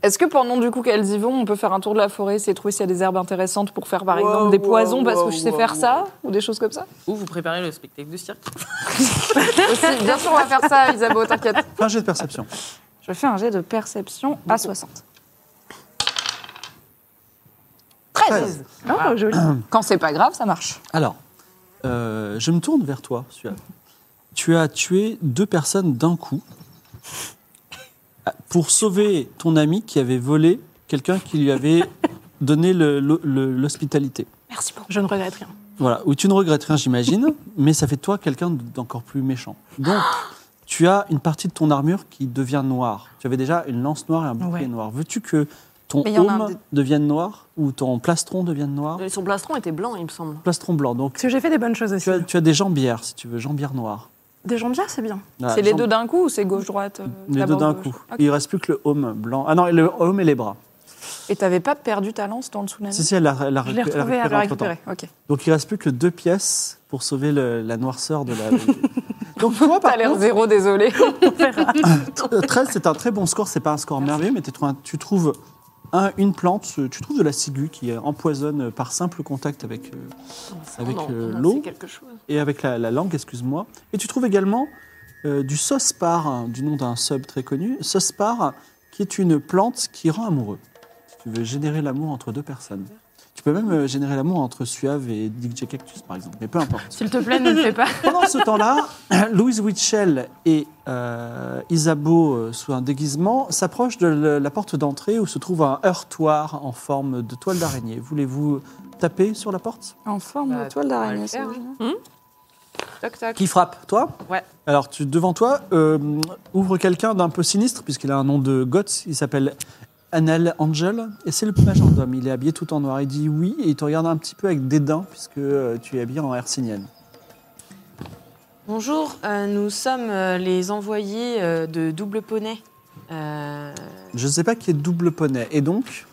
Speaker 3: Est-ce que pendant du coup qu'elles y vont, on peut faire un tour de la forêt, essayer de trouver s'il y a des herbes intéressantes pour faire par
Speaker 6: Wow,
Speaker 3: exemple des
Speaker 6: wow,
Speaker 3: poisons parce que je sais
Speaker 6: wow,
Speaker 3: faire
Speaker 6: wow.
Speaker 3: ça ou des choses comme ça
Speaker 4: Ou vous préparez le spectacle de cirque.
Speaker 3: Aussi, bien sûr, on va faire ça, Isabeau, t'inquiète.
Speaker 2: Enfin, j'ai de perception.
Speaker 3: Je fais un jet de perception à 60. 13
Speaker 5: Oh, joli.
Speaker 3: Quand c'est pas grave, ça marche.
Speaker 2: Alors, euh, je me tourne vers toi, Suave. Tu as tué deux personnes d'un coup euh, pour sauver ton ami qui avait volé quelqu'un qui lui avait donné le- le- le- l'hospitalité.
Speaker 5: Merci beaucoup. Je ne regrette rien.
Speaker 2: Voilà, où tu ne regrettes rien, j'imagine, mais ça fait de toi quelqu'un d'encore plus méchant. Donc, tu as une partie de ton armure qui devient noire. Tu avais déjà une lance noire et un bouclier
Speaker 5: Ouais.
Speaker 2: noir. Veux-tu que ton
Speaker 3: Mais il y en a un
Speaker 2: aume
Speaker 3: des- Euh.
Speaker 2: devienne noir ou ton plastron devienne noir
Speaker 6: Son plastron était blanc, il me semble.
Speaker 2: Plastron blanc, donc
Speaker 5: Parce que j'ai fait des bonnes choses aussi.
Speaker 2: tu as, tu as des jambières, si tu veux, jambières noires.
Speaker 5: Des jambières, c'est bien.
Speaker 2: Voilà,
Speaker 3: c'est les
Speaker 2: jamb-
Speaker 3: deux d'un coup ou c'est gauche-droite euh,
Speaker 2: Ah, les deux
Speaker 3: d'abord
Speaker 2: d'un
Speaker 3: gauche Ah.
Speaker 2: coup.
Speaker 3: Ok.
Speaker 2: Il reste plus que le home blanc. Ah non, et le home et les bras.
Speaker 3: Et t'avais pas perdu ta lance dans le tsunami
Speaker 2: Si, si, elle l'a elle l'a
Speaker 5: Je
Speaker 2: récu-
Speaker 5: l'ai
Speaker 2: elle l'a
Speaker 5: retrouvé, elle
Speaker 2: récupéré
Speaker 5: l'a
Speaker 2: entre-temps.
Speaker 3: Récupéré, ok.
Speaker 2: Donc il reste plus que deux pièces pour sauver le- la noirceur de la. Donc toi, par
Speaker 3: T'as l'air
Speaker 2: contre,
Speaker 3: zéro, désolé.
Speaker 2: 13, c'est un très bon score. C'est pas un score merveilleux, mais t'es trouvé un- tu trouves un- une plante, euh, tu trouves de la ciguë qui euh, empoisonne euh, par simple contact avec, euh, avec
Speaker 6: on en-
Speaker 2: euh,
Speaker 6: on en
Speaker 2: l'eau
Speaker 6: sait quelque chose.
Speaker 2: et avec la, la langue, excuse-moi. Et tu trouves également euh, du sospar, hein, du nom d'un sub très connu. Sospar, qui est une plante qui rend amoureux. Si tu veux générer l'amour entre deux personnes. Tu peux même euh, générer l'amour entre Suave et Dick J. Cactus, par exemple, mais peu importe.
Speaker 5: S'il te plaît, ne le fais pas.
Speaker 2: Pendant ce temps-là, Louise Witchell et euh, Isabeau, euh, sous un déguisement, s'approchent de le- la porte d'entrée où se trouve un heurtoir en forme de toile d'araignée. Voulez-vous taper sur la porte
Speaker 3: En forme
Speaker 4: Bah,
Speaker 3: de toile
Speaker 4: on va
Speaker 3: d'araignée.
Speaker 4: le
Speaker 3: c'est
Speaker 4: faire,
Speaker 3: original.
Speaker 4: Tac, tac.
Speaker 2: Qui frappe Toi
Speaker 4: Ouais.
Speaker 2: Alors, tu, devant toi, euh, ouvre quelqu'un d'un peu sinistre, puisqu'il a un nom de goth. Il s'appelle Anel Angel, et c'est le majordome. Il est habillé tout en noir. Il dit oui, et il te regarde un petit peu avec dédain, puisque euh, tu es habillé en hercinienne.
Speaker 4: Bonjour, euh, nous sommes euh, les envoyés euh, de Double Poney. Euh,
Speaker 2: Je ne sais pas qui est double poney. Et donc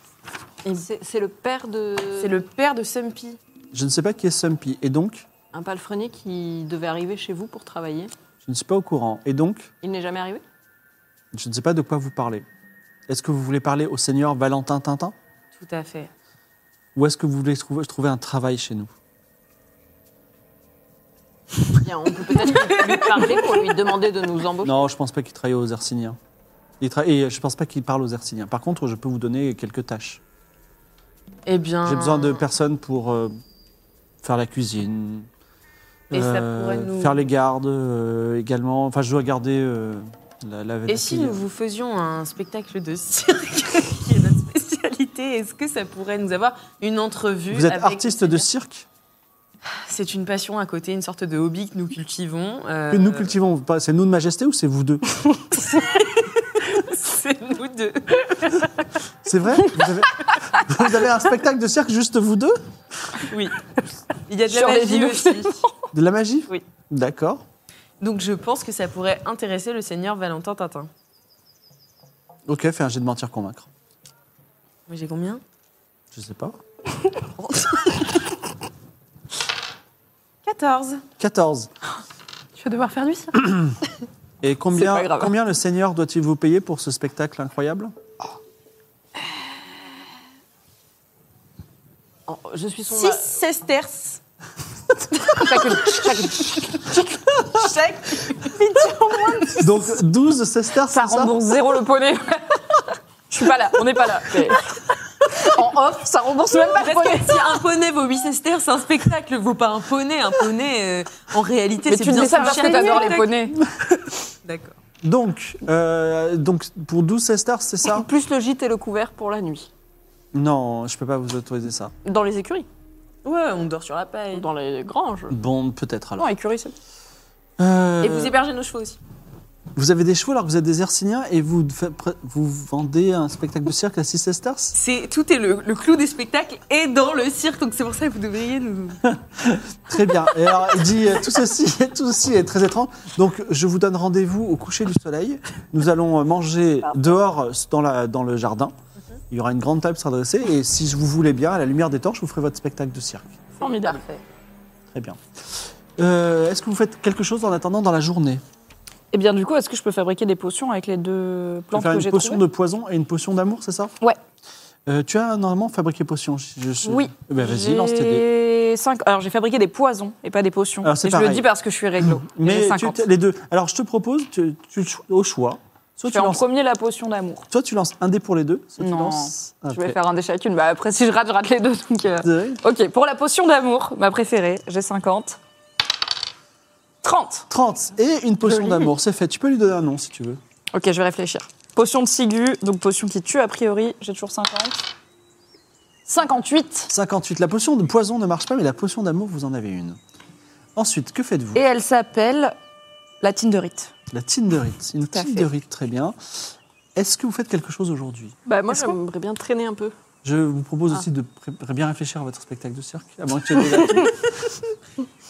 Speaker 6: C'est c'est le père de.
Speaker 4: c'est le père de Sumpy.
Speaker 2: Je ne sais pas qui est Sumpy. Et donc
Speaker 6: Un palefrenier qui devait arriver chez vous pour travailler.
Speaker 2: Je ne suis pas au courant. Et donc,
Speaker 6: Il n'est jamais arrivé
Speaker 2: je ne sais pas de quoi vous parlez. Est-ce que vous voulez parler au seigneur Valentin Tintin
Speaker 4: Tout à fait.
Speaker 2: Ou est-ce que vous voulez trouver, trouver un travail chez nous
Speaker 6: Bien, on peut peut-être lui parler pour lui demander de nous embaucher.
Speaker 2: Non, je ne pense pas qu'il travaille aux Herciniens. Il tra- Et je ne pense pas qu'il parle aux Herciniens. Par contre, je peux vous donner quelques tâches.
Speaker 4: Eh bien.
Speaker 2: J'ai besoin de personnes pour euh, faire la cuisine, euh,
Speaker 4: Et ça pourrait nous-
Speaker 2: faire les gardes euh, également. Enfin, je dois garder euh, la, la
Speaker 4: Et si
Speaker 2: la-
Speaker 4: nous vous faisions un spectacle de cirque, qui est notre spécialité, est-ce que ça pourrait nous avoir une entrevue
Speaker 2: Vous êtes
Speaker 4: avec-
Speaker 2: artiste de cirque
Speaker 4: C'est une passion à côté, une sorte de hobby que nous cultivons. euh,
Speaker 2: que nous cultivons. pas- C'est nous de majesté ou c'est vous deux
Speaker 4: C'est nous deux.
Speaker 2: C'est vrai vous avez... vous avez un spectacle de cirque juste vous deux
Speaker 4: Oui. Il y a de la
Speaker 3: Sur les
Speaker 4: magie
Speaker 3: villes.
Speaker 4: aussi.
Speaker 2: De la magie
Speaker 4: Oui.
Speaker 2: D'accord.
Speaker 4: Donc je pense que ça pourrait intéresser le seigneur Valentin Tintin.
Speaker 2: Ok, fais un jet de mentir convaincre.
Speaker 4: Mais j'ai combien
Speaker 2: Je sais pas.
Speaker 4: 14.
Speaker 2: 14.
Speaker 5: Tu vas devoir faire du cirque.
Speaker 2: Et
Speaker 3: pas
Speaker 2: combien,
Speaker 3: grave.
Speaker 2: combien le Seigneur doit-il vous payer pour ce spectacle incroyable
Speaker 6: Oh, Je suis son.
Speaker 4: 6 sesterces. Chaque-
Speaker 2: Donc 12 sesterces,
Speaker 3: Ça
Speaker 2: c'est ça
Speaker 3: rembourse zéro le poney. Je suis pas là, on n'est pas là. mais- En off, ça rembourse même pas le
Speaker 4: Parce
Speaker 3: poney.
Speaker 4: que si un poney vaut 8 sesterces, c'est un spectacle vaut pas un poney. Un poney, euh, en réalité,
Speaker 3: Mais
Speaker 4: c'est
Speaker 3: tu
Speaker 4: bien
Speaker 3: dis ça
Speaker 4: plus
Speaker 3: parce
Speaker 4: cher
Speaker 3: que t'adores
Speaker 4: qu'un
Speaker 3: les
Speaker 4: spectacle.
Speaker 3: poneys.
Speaker 4: D'accord.
Speaker 2: Donc, euh, donc pour 12 sesterces, c'est ça
Speaker 6: Plus le gîte et le couvert pour la nuit.
Speaker 2: Non, je peux pas vous autoriser ça.
Speaker 6: Dans les écuries,
Speaker 4: Ouais, on dort sur la paille.
Speaker 6: dans les granges.
Speaker 2: Bon, peut-être alors.
Speaker 3: Non, écurie, c'est
Speaker 2: Euh,
Speaker 4: Et vous hébergez nos chevaux aussi.
Speaker 2: Vous avez des chevaux alors que vous êtes des Hercyniens et vous, fa- pre- vous vendez un spectacle de cirque à 6 sesterces
Speaker 4: C'est tout est le, le clou des spectacles et dans le cirque, donc c'est pour ça que vous devriez nous.
Speaker 2: Très bien. Et alors, il dit euh, tout ceci, tout ceci est très étrange. Donc, je vous donne rendez-vous au coucher du soleil. Nous allons euh, manger dehors euh, dans, la, dans le jardin.
Speaker 3: Mhm.
Speaker 2: Il y aura une grande table s'adresser. Et si vous voulez bien, à la lumière des torches, je vous ferez votre spectacle de cirque.
Speaker 3: Formidable.
Speaker 2: Très bien. Euh, Est-ce que vous faites quelque chose en attendant dans la journée
Speaker 3: Et Eh bien, du coup, est-ce que je peux fabriquer des potions avec les deux
Speaker 2: Vous
Speaker 3: plantes
Speaker 2: faire
Speaker 3: que
Speaker 2: une
Speaker 3: j'ai
Speaker 2: potion
Speaker 3: trouvées
Speaker 2: de poison et une potion d'amour, c'est ça
Speaker 3: Ouais.
Speaker 2: Euh, tu as normalement fabriqué potion. je- je suis-
Speaker 3: Oui.
Speaker 2: Eh ben, Vas-y, lance tes dés.
Speaker 3: J'ai cinq- Alors, j'ai fabriqué des poisons et pas des potions.
Speaker 2: Alors, c'est
Speaker 3: et je le
Speaker 2: pareil.
Speaker 3: dis parce que je suis réglo. Et j'ai
Speaker 2: Mais tu
Speaker 3: 50.
Speaker 2: t'es- les deux. Alors, je te propose, tu, tu cho- au choix, soit
Speaker 3: Je
Speaker 2: tu,
Speaker 3: fais en
Speaker 2: lances,
Speaker 3: premier la potion d'amour.
Speaker 2: soit tu lances un dé pour les deux, soit tu
Speaker 3: Non.
Speaker 2: lances. un
Speaker 3: Je vais
Speaker 2: dé.
Speaker 3: faire un des chacune. Bah, après, si je rate, je rate les deux. Donc, euh, Ok, pour la potion d'amour, ma préférée, j'ai 50. 30
Speaker 2: 30 et une potion
Speaker 3: Joli.
Speaker 2: d'amour, c'est fait. Tu peux lui donner un nom si tu veux.
Speaker 3: Ok, je vais réfléchir. Potion de Sigu, donc potion qui tue a priori, j'ai toujours 50. 58
Speaker 2: 58. La potion de poison ne marche pas, mais la potion d'amour, vous en avez une. Ensuite, que faites-vous
Speaker 3: Et elle s'appelle la Tinderite.
Speaker 2: La tinderite. Une
Speaker 3: Tout à fait.
Speaker 2: tinderite, très bien. Est-ce que vous faites quelque chose aujourd'hui
Speaker 6: Bah, moi,
Speaker 3: Est-ce qu'on-
Speaker 6: j'aimerais bien traîner un peu.
Speaker 2: Je vous propose
Speaker 3: Ah.
Speaker 2: aussi de pré- bien réfléchir à votre spectacle de cirque, avant qu'il y ait des atouts.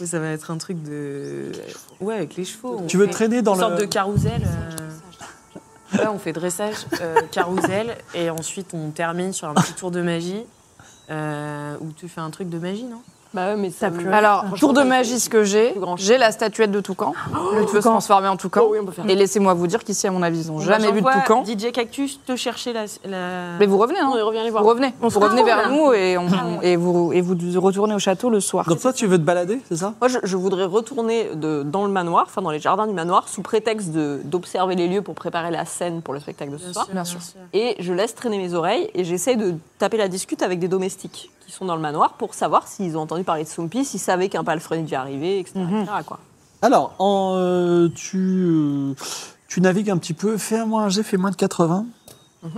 Speaker 4: Ça va être un truc de. Ouais, avec les chevaux.
Speaker 2: Tu veux traîner dans
Speaker 4: Une sorte
Speaker 2: le...
Speaker 4: de carousel. euh, Là, on fait dressage, euh, carousel, et ensuite on termine sur un petit tour de magie. euh, où tu fais un truc de magie, non
Speaker 6: Bah, ouais, mais ça me-
Speaker 3: Alors, tour de magie, ce que j'ai, j'ai la statuette de Toucan. le peut se transformer en Toucan.
Speaker 6: Oh oui, on peut faire
Speaker 3: Et laissez-moi vous dire qu'ici, à mon avis, ils n'ont jamais vu de
Speaker 4: J'envoie
Speaker 3: Toucan.
Speaker 4: DJ Cactus te chercher la. la-
Speaker 3: Mais vous revenez, hein
Speaker 6: On Ah revient les
Speaker 3: Vous
Speaker 6: voir.
Speaker 3: revenez, vous
Speaker 5: se
Speaker 3: revenez
Speaker 5: retrouve,
Speaker 3: vers
Speaker 5: là.
Speaker 3: nous et, on- et, vous, et vous retournez au château le soir.
Speaker 2: Donc toi, tu veux te balader, c'est ça
Speaker 6: Moi, je, je voudrais retourner de- dans le manoir, enfin dans les jardins du manoir, sous prétexte de- d'observer les lieux pour préparer la scène pour le spectacle de ce soir.
Speaker 3: Bien sûr.
Speaker 6: Et je laisse traîner mes oreilles et j'essaie de taper la discute avec des domestiques qui sont dans le manoir pour savoir s'ils ont entendu parler de Soumpi, s'ils savaient qu'un palefrenier est arrivé, etc. etc., quoi.
Speaker 2: Alors, en, euh, tu, euh, tu navigues un petit peu. Fais-moi un jet, fais moins de 80.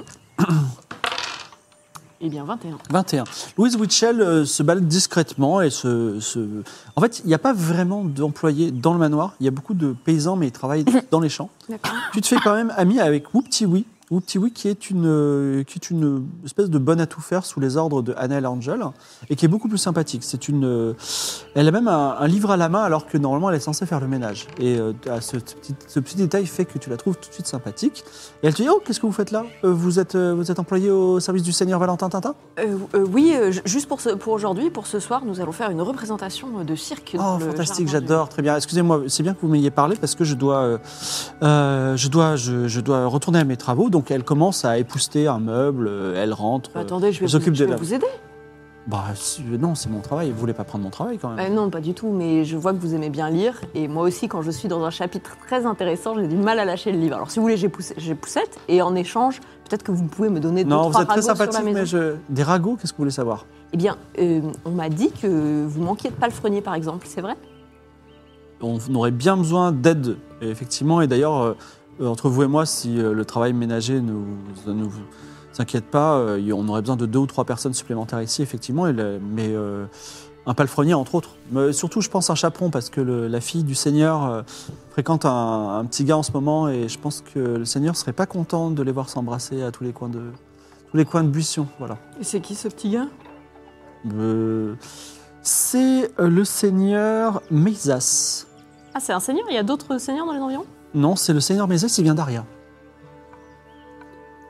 Speaker 6: Eh bien, 21.
Speaker 2: 21. Louise Witchell euh, se balade discrètement et se. se- En fait, il n'y a pas vraiment d'employés dans le manoir. Il y a beaucoup de paysans, mais ils travaillent dans les champs. Tu te fais quand même ami avec Whooptiwi. Whooptiwi, qui est une, euh, qui est une espèce de bonne à tout faire sous les ordres de Anna et Angel et qui est beaucoup plus sympathique. C'est une. euh, Elle a même un, un livre à la main alors que normalement elle est censée faire le ménage. Et euh, à ce, petit, ce petit détail fait que tu la trouves tout de suite sympathique. Et elle te dit Oh, qu'est-ce que vous faites là Euh, Vous êtes, euh, vous êtes employé au service du Seigneur Valentin Tintin
Speaker 6: Euh, euh, oui, euh, ju- juste pour, ce- pour aujourd'hui, pour ce soir, nous allons faire une représentation euh, de cirque. dans
Speaker 2: Oh,
Speaker 6: le
Speaker 2: fantastique,
Speaker 6: jardin du-
Speaker 2: j'adore, très bien. Excusez-moi, c'est bien que vous m'ayez parlé parce que je dois, euh, euh, je dois, je, je dois retourner à mes travaux. Donc elle commence à épouster un meuble, euh, elle rentre. euh,
Speaker 6: Bah, Attendez, je vais,
Speaker 2: elle
Speaker 6: vous,
Speaker 2: s'occupe
Speaker 6: je
Speaker 2: de
Speaker 6: vais
Speaker 2: la-
Speaker 6: vous aider.
Speaker 2: Bah si- non, c'est mon travail. Vous voulez pas prendre mon travail quand même
Speaker 6: Euh, non, pas du tout, mais je vois que vous aimez bien lire. Et moi aussi, quand je suis dans un chapitre très intéressant, j'ai du mal à lâcher le livre. Alors, si vous voulez, j'ai poussé- j'ai poussette. Et en échange, peut-être que vous pouvez me donner deux,
Speaker 2: Non, vous
Speaker 6: trois
Speaker 2: êtes très
Speaker 6: ragots sur la
Speaker 2: sympathique,
Speaker 6: maison.
Speaker 2: mais je... des ragots, qu'est-ce que vous voulez savoir
Speaker 6: Eh bien, euh, on m'a dit que vous manquiez de palefrenier, par exemple, c'est vrai
Speaker 2: On aurait bien besoin d'aide, effectivement. Et d'ailleurs, euh, euh, entre vous et moi, si euh, le travail ménager ne vous, ne vous inquiète pas, euh, y- on aurait besoin de deux ou trois personnes supplémentaires ici, effectivement. et le- mais euh, un palefrenier, entre autres. Mais surtout, je pense un chaperon, parce que le- la fille du seigneur euh, fréquente un, un petit gars en ce moment, et je pense que le seigneur serait pas content de les voir s'embrasser à tous les coins de tous les coins de buisson. Voilà.
Speaker 6: Et c'est qui ce petit gars
Speaker 2: Euh, c'est euh, le seigneur Mésas.
Speaker 6: Ah, c'est un seigneur Il y a d'autres seigneurs dans les environs
Speaker 2: Non, c'est le seigneur Mézès, il vient d'Aria.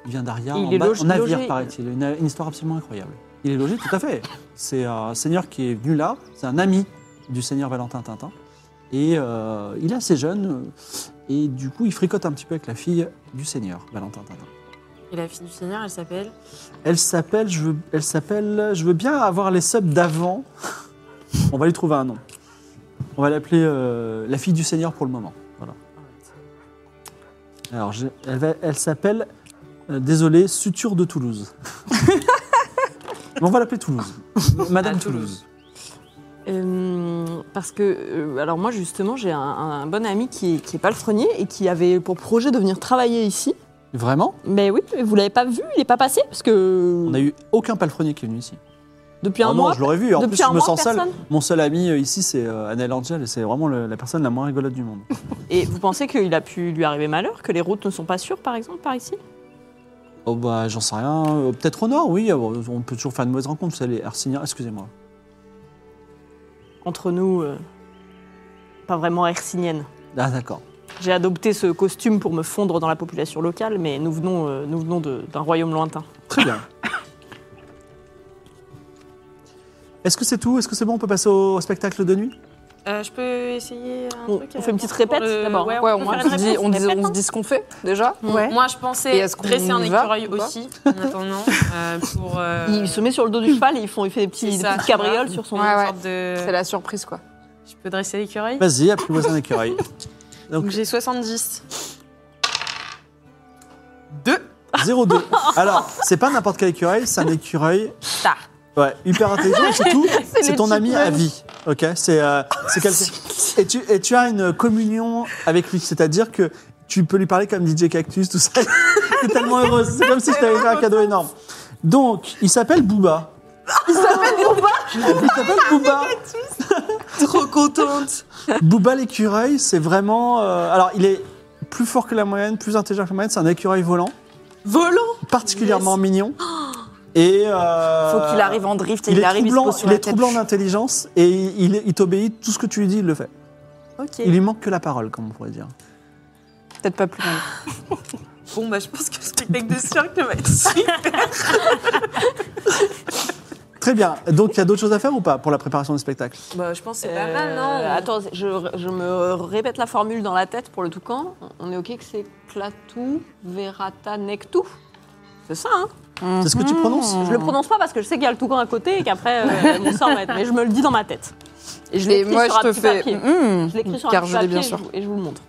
Speaker 2: Il vient d'Aria
Speaker 6: Il
Speaker 2: en,
Speaker 6: est
Speaker 2: ba-
Speaker 6: logé-
Speaker 2: en navire,
Speaker 6: logé-
Speaker 2: paraît-il. Une, une histoire absolument incroyable. Il est logé, tout à fait. C'est un seigneur qui est venu là, c'est un ami du seigneur Valentin Tintin. Et euh, il est assez jeune, euh, et du coup, il fricote un petit peu avec la fille du seigneur Valentin Tintin.
Speaker 4: Et la fille du Seigneur, elle s'appelle
Speaker 2: Elle s'appelle, je veux, elle s'appelle, je veux bien avoir les subs d'avant. On va lui trouver un nom. On va l'appeler euh, la fille du Seigneur pour le moment. Voilà. Alors, j'ai- elle, va- elle s'appelle, euh, désolé, Suture de Toulouse. Mais on va l'appeler Toulouse. Madame
Speaker 4: Ah,
Speaker 2: Toulouse.
Speaker 4: Toulouse.
Speaker 6: Euh, parce que, euh, alors moi justement, j'ai un, un bon ami qui est, qui est palefrenier et qui avait pour projet de venir travailler ici.
Speaker 2: Vraiment
Speaker 6: Mais oui, vous l'avez pas vu, il n'est pas passé parce que.
Speaker 2: On n'a eu aucun palefrenier qui est venu ici.
Speaker 6: Depuis un
Speaker 2: Oh
Speaker 6: mois
Speaker 2: non, je l'aurais vu. En
Speaker 6: Depuis
Speaker 2: plus,
Speaker 6: un
Speaker 2: je me
Speaker 6: mois,
Speaker 2: sens sale.
Speaker 6: personne
Speaker 2: Mon seul ami euh, ici, c'est euh, Annel Angel, et c'est vraiment le- la personne la moins rigolote du monde.
Speaker 6: Et vous pensez qu'il a pu lui arriver malheur Que les routes ne sont pas sûres, par exemple, par ici
Speaker 2: Oh bah, j'en sais rien. Euh, Peut-être au nord, oui. euh, On peut toujours faire une mauvaise rencontre. Vous savez, Arsinia, excusez-moi.
Speaker 6: Entre nous, euh, pas vraiment hercinienne.
Speaker 2: Ah, d'accord.
Speaker 6: J'ai adopté ce costume pour me fondre dans la population locale, mais nous venons, euh, nous venons de- d'un royaume lointain.
Speaker 2: Très bien. Est-ce que c'est tout Est-ce que c'est bon On peut passer au, au spectacle de nuit
Speaker 4: Euh, je peux essayer un
Speaker 6: On-
Speaker 4: truc
Speaker 6: on
Speaker 4: euh,
Speaker 6: fait une petite
Speaker 4: pour- pour
Speaker 6: répète,
Speaker 4: le-
Speaker 6: d'abord.
Speaker 4: Ouais,
Speaker 3: Ouais,
Speaker 4: on
Speaker 3: au
Speaker 4: peut
Speaker 3: moins,
Speaker 4: faire
Speaker 3: on
Speaker 4: la
Speaker 3: se dit,
Speaker 4: répète,
Speaker 3: on, dit-
Speaker 4: répète,
Speaker 3: on se
Speaker 4: hein.
Speaker 3: dit ce qu'on fait, déjà.
Speaker 5: Ouais.
Speaker 4: Moi, je
Speaker 3: Et
Speaker 4: pensais
Speaker 3: est-ce qu'on
Speaker 4: dresser un
Speaker 3: y va
Speaker 4: écureuil
Speaker 3: ou pas
Speaker 4: aussi, en attendant, euh, pour... euh,
Speaker 6: Il se met sur le dos du cheval et il, font, il fait des, petits,
Speaker 4: C'est
Speaker 6: des
Speaker 4: ça,
Speaker 6: petites
Speaker 4: tu vois.
Speaker 6: cabrioles sur son
Speaker 4: une
Speaker 3: Ouais, ouais.
Speaker 4: sorte de-
Speaker 6: Euh,
Speaker 3: C'est la surprise, quoi.
Speaker 4: Je peux dresser l'écureuil
Speaker 2: Vas-y, apprivoise un écureuil.
Speaker 4: Donc j'ai 70.
Speaker 2: 0-2. Alors, c'est pas n'importe quel écureuil, c'est un écureuil.
Speaker 4: Ça.
Speaker 2: Ouais, hyper intelligent, et surtout, c'est
Speaker 3: les
Speaker 2: ton ami à
Speaker 3: chipmunks.
Speaker 2: vie. Ok C'est euh, c'est quelqu'un. Et tu, et tu as une communion avec lui, c'est-à-dire que tu peux lui parler comme DJ Cactus, tout ça. T'es tellement heureuse. C'est comme si je t'avais fait un cadeau énorme. Donc, il s'appelle Booba. Il s'appelle Booba Il s'appelle Booba
Speaker 4: Trop contente
Speaker 2: Booba l'écureuil, c'est vraiment. euh, alors, il est plus fort que la moyenne, plus intelligent que la moyenne. C'est un écureuil volant,
Speaker 4: Volant
Speaker 2: particulièrement mignon. Et euh,
Speaker 6: Faut qu'il arrive en drift et il,
Speaker 2: il, est
Speaker 6: arrive, il se
Speaker 2: troublant,
Speaker 6: pose sur
Speaker 2: il
Speaker 6: la
Speaker 2: est
Speaker 6: tête.
Speaker 2: troublant d'intelligence et il, il- il t'obéit. Tout ce que tu lui dis, il le fait.
Speaker 6: Ok.
Speaker 2: Il lui manque que la parole, comme on pourrait dire.
Speaker 6: Peut-être pas plus. mal.
Speaker 4: Bon, bah je pense que le spectacle de cirque va être super.
Speaker 2: Très bien. Donc, il y a d'autres choses à faire ou pas pour la préparation du spectacle
Speaker 4: bah je pense que c'est
Speaker 6: Euh, Attends, je, je me répète la formule dans la tête pour le toucan. On est ok que c'est Klaatu Verata Nektu C'est ça, hein
Speaker 2: C'est ce que tu prononces
Speaker 6: Je le prononce pas parce que je sais qu'il y a le toucan à côté et qu'après, euh, mon sang va être- Mais je me le dis dans ma tête. Et je
Speaker 3: Et
Speaker 6: l'écris
Speaker 3: moi,
Speaker 6: sur un
Speaker 3: je te
Speaker 6: petit
Speaker 3: fais.
Speaker 6: papier.
Speaker 3: hmm,
Speaker 6: Je l'écris sur un
Speaker 3: car
Speaker 6: petit
Speaker 3: je l'ai
Speaker 6: papier
Speaker 3: bien
Speaker 6: et je
Speaker 3: sûr.
Speaker 6: vous- et je vous le montre.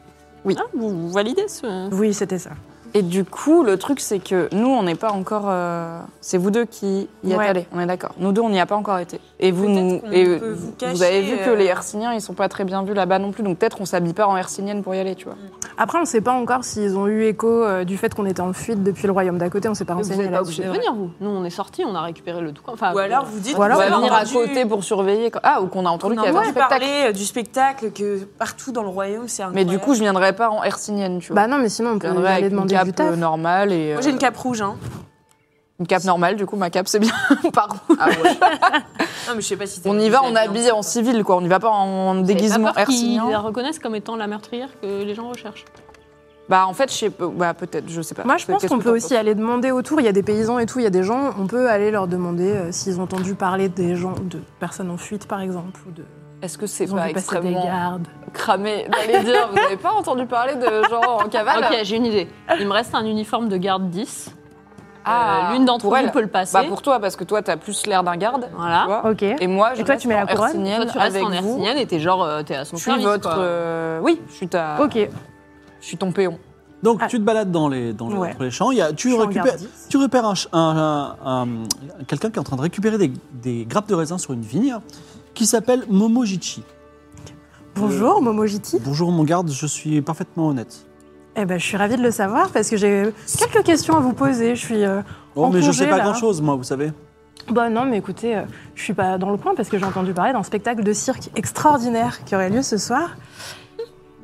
Speaker 6: Oui. vous, vous validez ce...
Speaker 5: Oui, c'était ça.
Speaker 3: Et du coup, le truc, c'est que nous, on n'est pas encore. euh, C'est vous deux qui y êtes
Speaker 5: Ouais.
Speaker 3: allés, on est d'accord. Nous deux, on n'y a pas encore été. Et vous,
Speaker 4: Peut-être
Speaker 3: nous,
Speaker 4: qu'on
Speaker 3: et
Speaker 4: peut
Speaker 3: vous,
Speaker 4: vous cacher,
Speaker 3: avez vu que
Speaker 4: euh,
Speaker 3: les Herciniens, ils sont pas très bien vus là-bas non plus, donc peut-être on s'habille pas en Hercinienne pour y aller, tu vois.
Speaker 5: Après, on ne sait pas encore s'ils ont eu écho euh, du fait qu'on était en fuite depuis le royaume d'à côté. On ne s'est pas
Speaker 6: Vous
Speaker 5: renseigné
Speaker 6: n'êtes pas
Speaker 5: là-dessus.
Speaker 6: obligé de venir, vous. Nous, on est sortis, on a récupéré le toucan. Enfin,
Speaker 4: Ou alors vous dites
Speaker 5: Ou alors,
Speaker 3: on va
Speaker 4: que vous avez
Speaker 3: venir à
Speaker 4: entendu-
Speaker 3: côté pour surveiller. quand- Ah, ou qu'on a entendu
Speaker 4: On
Speaker 3: qu'il y avait un
Speaker 4: entend
Speaker 3: spectacle.
Speaker 4: parler euh, du spectacle que partout dans le royaume c'est
Speaker 3: Mais
Speaker 4: incroyable.
Speaker 3: du coup, je viendrai pas en Hercinienne, tu vois.
Speaker 5: Bah non, mais sinon, on
Speaker 3: je
Speaker 5: peut
Speaker 3: viendrai
Speaker 5: aller
Speaker 3: avec une
Speaker 5: demander du
Speaker 3: cape euh,
Speaker 5: taf.
Speaker 3: normale et.
Speaker 4: moi j'ai
Speaker 3: euh,
Speaker 4: une cape rouge hein.
Speaker 3: une cape normale, du coup, ma cape, c'est bien. Par
Speaker 4: Non mais je sais pas si t'as
Speaker 3: On
Speaker 4: vu
Speaker 3: y
Speaker 4: les
Speaker 3: va, on
Speaker 4: habits,
Speaker 3: habille
Speaker 4: hein.
Speaker 3: en civil, quoi. On n'y va pas en déguisement
Speaker 6: Ils
Speaker 3: hercinien.
Speaker 6: la reconnaissent comme étant la meurtrière que les gens recherchent.
Speaker 3: Bah, en fait, je sais pas. Bah, peut-être, je sais pas.
Speaker 5: Moi, je pense
Speaker 3: Qu'est-ce
Speaker 5: qu'on
Speaker 3: que
Speaker 5: peut
Speaker 3: t'en
Speaker 5: aussi aller demander autour. Il y a des paysans et tout, il y a des gens. On peut aller leur demander euh, s'ils ont entendu parler des gens, de personnes en fuite, par exemple, ou de.
Speaker 3: penses Est-ce que c'est
Speaker 5: Ils ont
Speaker 3: pas
Speaker 5: vu passer des
Speaker 3: Bah, extrêmement
Speaker 5: gardes.
Speaker 3: cramé d'aller dire Vous n'avez pas entendu parler de genre en cavale
Speaker 6: Ok, euh, j'ai une idée. Il me reste un uniforme de garde 10.
Speaker 3: Ah,
Speaker 6: Euh, L'une d'entre
Speaker 3: pour
Speaker 6: vous
Speaker 3: elle.
Speaker 6: peut le passer.
Speaker 3: Bah, pour toi, parce que toi, t'as plus l'air d'un garde. tu
Speaker 6: Voilà.
Speaker 3: vois.
Speaker 5: Ok.
Speaker 3: Ah. Et moi, je
Speaker 5: Et toi,
Speaker 3: reste
Speaker 5: tu mets la
Speaker 3: en
Speaker 5: couronne
Speaker 3: hercinienne
Speaker 6: Toi, tu restes
Speaker 3: avec
Speaker 6: en
Speaker 3: vous.
Speaker 6: hercinienne et t'es genre, euh, t'es à son
Speaker 3: Je suis
Speaker 6: service,
Speaker 3: votre.
Speaker 6: quoi.
Speaker 3: euh, Oui, je suis ta.
Speaker 5: Ok.
Speaker 3: Je suis ton péon.
Speaker 2: Donc,
Speaker 5: Ah.
Speaker 2: tu te balades dans les, dans les-
Speaker 5: Ouais.
Speaker 2: entre les champs. Il y a, tu,
Speaker 5: Je suis en
Speaker 2: récupères,
Speaker 5: garde dix.
Speaker 2: tu repères un, ch- un- un- un- quelqu'un qui est en train de récupérer des, des grappes de raisin sur une vigne qui s'appelle Momojichi.
Speaker 3: euh,
Speaker 5: Bonjour, Momojiti.
Speaker 2: Bonjour, mon garde, je suis parfaitement honnête.
Speaker 5: Eh ben, je suis ravie de le savoir parce que j'ai quelques questions à vous poser. Je suis. euh,
Speaker 2: Oh,
Speaker 5: En
Speaker 2: mais je
Speaker 5: congé,
Speaker 2: sais pas
Speaker 5: là.
Speaker 2: grand-chose, moi, vous savez.
Speaker 5: Bah non, mais écoutez, euh, je suis pas dans le coin parce que j'ai entendu parler d'un spectacle de cirque extraordinaire qui aurait lieu ce soir.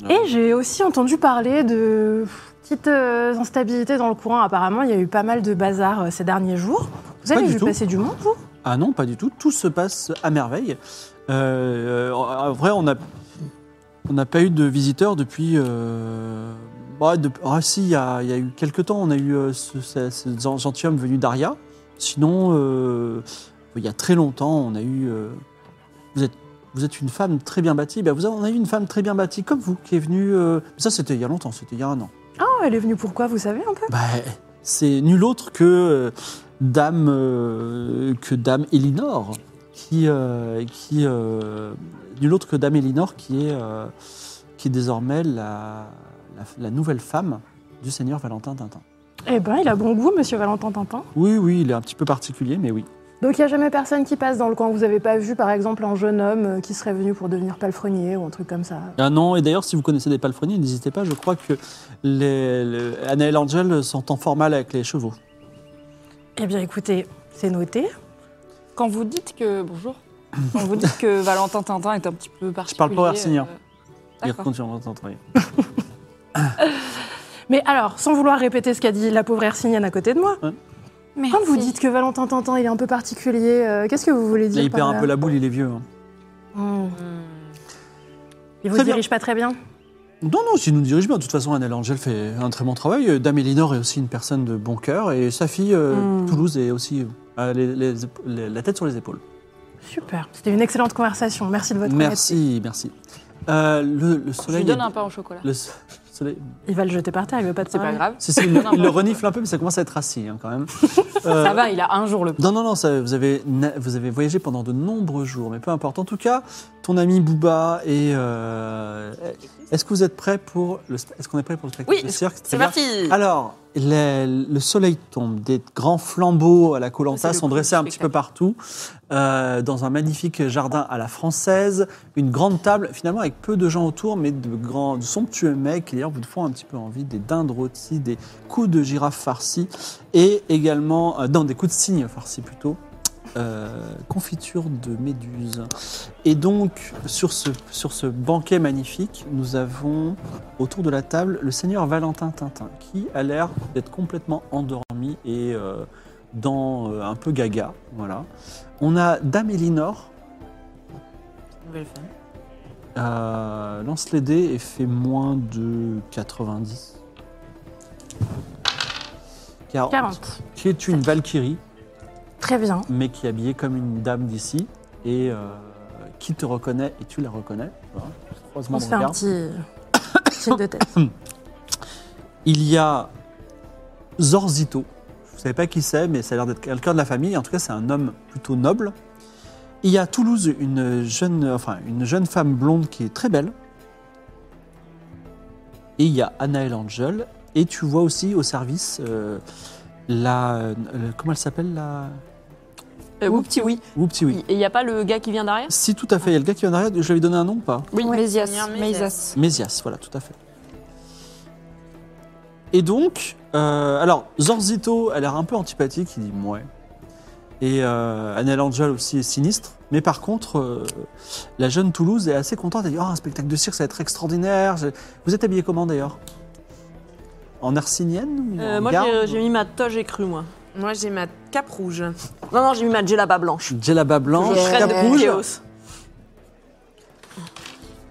Speaker 2: Ah.
Speaker 5: Et j'ai aussi entendu parler de petites euh, instabilités dans le courant. Apparemment, il y a eu pas mal de bazar euh, ces derniers jours. Vous
Speaker 2: Pas
Speaker 5: avez
Speaker 2: du
Speaker 5: vu
Speaker 2: tout.
Speaker 5: passer du monde, vous
Speaker 2: Ah non, pas du tout. Tout se passe à merveille. Euh, euh, en vrai, on a on n'a pas eu de visiteurs depuis. euh, bah, de- ah si, il y, a il y a eu quelques temps, on a eu euh, ce, ce- ce gen- gentilhomme venu d'Aria. Sinon, euh, il y a très longtemps, on a eu. euh, vous êtes vous êtes une femme très bien bâtie. Bah, vous avez- on a eu une femme très bien bâtie comme vous qui est venue. euh, ça, c'était il y a longtemps. C'était il y a un an.
Speaker 5: Oh, elle est venue pourquoi, vous savez un peu
Speaker 2: Bah, c'est nul autre que euh, Dame euh, que Dame Elinor, qui euh, qui euh, nul autre que Dame Elinor, qui est euh, qui est désormais la, la, la nouvelle femme du Seigneur Valentin Tintin.
Speaker 5: Eh ben, il a bon goût, monsieur Valentin Tintin.
Speaker 2: Oui, oui, il est un petit peu particulier, mais oui.
Speaker 5: Donc, il n'y a jamais personne qui passe dans le coin. Vous avez pas vu, par exemple, un jeune homme euh, qui serait venu pour devenir palefrenier ou un truc comme ça
Speaker 2: Ah non, et d'ailleurs, si vous connaissez des palefreniers, n'hésitez pas. Je crois que les, le- Anna et Angel sont en formal avec les chevaux.
Speaker 5: Eh bien, écoutez, c'est noté.
Speaker 3: Quand vous dites que. Bonjour. Quand vous dites que Valentin Tintin est un petit peu particulier.
Speaker 2: parle pas au Hercynien.
Speaker 3: euh,
Speaker 2: Il
Speaker 3: D'accord.
Speaker 2: raconte sur mon temps de travail.
Speaker 5: Mais alors, sans vouloir répéter ce qu'a dit la pauvre Hercinienne à côté de moi,
Speaker 2: Hein
Speaker 5: quand vous
Speaker 3: Merci.
Speaker 5: dites que Valentin Tintin, il est un peu particulier, euh, qu'est-ce que vous voulez
Speaker 2: Là,
Speaker 5: dire
Speaker 2: il
Speaker 5: par
Speaker 2: perd
Speaker 5: là
Speaker 2: un peu la boule, il est vieux. hein.
Speaker 5: Hmm. Il vous
Speaker 2: Très bien.
Speaker 5: dirige pas très bien
Speaker 2: Non, non, s'il nous dirige bien. De toute façon, Annelle Angel fait un très bon travail. Euh, Dame Elinor est aussi une personne de bon cœur. Et sa fille, euh,
Speaker 3: Mm.
Speaker 2: Toulouse, est aussi euh, les- les- les- la tête sur les épaules.
Speaker 5: Super. C'était une excellente conversation. Merci de votre honnêteté.
Speaker 2: Merci, merci. Euh, le, le
Speaker 3: Je
Speaker 2: soleil.
Speaker 3: lui donne
Speaker 2: est-
Speaker 3: un pain au chocolat.
Speaker 2: le so- soleil-
Speaker 5: Il va le jeter par terre, il veut pas de
Speaker 3: C'est pas
Speaker 5: problème.
Speaker 3: grave.
Speaker 2: Si, si, il,
Speaker 3: donne un
Speaker 2: il
Speaker 3: pain
Speaker 2: le
Speaker 3: au
Speaker 2: renifle un peu, mais ça commence à être assis hein, quand même.
Speaker 3: Ça
Speaker 2: Euh,
Speaker 3: va, il a un jour le pain.
Speaker 2: Non, non, non, ça- vous, avez, na- vous avez voyagé pendant de nombreux jours, mais peu importe. En tout cas, ton ami Booba et... euh, Est-ce que vous êtes prêts pour le, spe- est-ce qu'on est prêt pour le spectacle
Speaker 4: Oui,
Speaker 2: de cirque Très
Speaker 4: C'est
Speaker 2: bien.
Speaker 4: parti
Speaker 2: Alors, les- le soleil tombe, des grands flambeaux à la
Speaker 4: C'est
Speaker 2: Colanta
Speaker 4: le
Speaker 2: sont
Speaker 4: coup
Speaker 2: dressés
Speaker 4: du
Speaker 2: un petit peu
Speaker 4: spectacle.
Speaker 2: partout, euh, dans un magnifique jardin à la française, une grande table, finalement avec peu de gens autour, mais de grands, de somptueux mecs qui d'ailleurs vous font un petit peu envie, des dindes rôties, des coups de girafe farcis, et également, euh, non, des coups de cygne farcis plutôt. Euh, confiture de méduse. Et donc, sur ce, sur ce banquet magnifique, nous avons autour de la table le seigneur Valentin Tintin, qui a l'air d'être complètement endormi et euh, dans euh, un peu gaga. Voilà. On a Dame Elinor. Euh, lance les dés et fait moins de 90. 40,
Speaker 5: 40.
Speaker 2: Qui est une Valkyrie,
Speaker 5: Très bien.
Speaker 2: mais qui est habillée comme une dame d'ici. Et euh, qui te reconnaît et tu la reconnais. Voilà. Croisement
Speaker 5: On
Speaker 2: de
Speaker 5: se fait un
Speaker 2: regard.
Speaker 5: petit check de tête.
Speaker 2: Il y a Zorzito. Vous savez pas qui c'est, mais ça a l'air d'être quelqu'un de la famille. En tout cas, c'est un homme plutôt noble. Il y a à Toulouse une jeune, enfin, une jeune femme blonde qui est très belle. Et il y a Annaëlle Angel. Et tu vois aussi au service euh, la. euh, le- comment elle s'appelle la.
Speaker 6: Euh, oui, petit oui.
Speaker 2: Oupsi, oui.
Speaker 6: Et il n'y a pas le gars qui vient derrière
Speaker 2: Si, tout à fait. Il y a le gars qui vient derrière. Je lui avais donné un nom ou pas
Speaker 6: Oui,
Speaker 3: Mésias.
Speaker 4: Mésias.
Speaker 2: Mésias, voilà, tout à fait. Et donc, euh, alors, Zorzito a l'air un peu antipathique, il dit ouais. Et euh, Annel Angel aussi est sinistre. Mais par contre, euh, la jeune Toulouse est assez contente. Elle dit Ah, un spectacle de cirque, ça va être extraordinaire. Je- Vous êtes habillé comment d'ailleurs En arsinienne ou
Speaker 6: Euh,
Speaker 2: en
Speaker 6: moi,
Speaker 2: garde
Speaker 6: j'ai- j'ai mis ma toge écrue, moi.
Speaker 4: Moi, j'ai ma cape rouge.
Speaker 6: Non, non, j'ai mis ma djellaba blanche.
Speaker 2: Djellaba blanche,
Speaker 6: Je
Speaker 2: cape
Speaker 6: traîne
Speaker 2: rouge.
Speaker 6: depuis
Speaker 2: Et
Speaker 6: Chaos.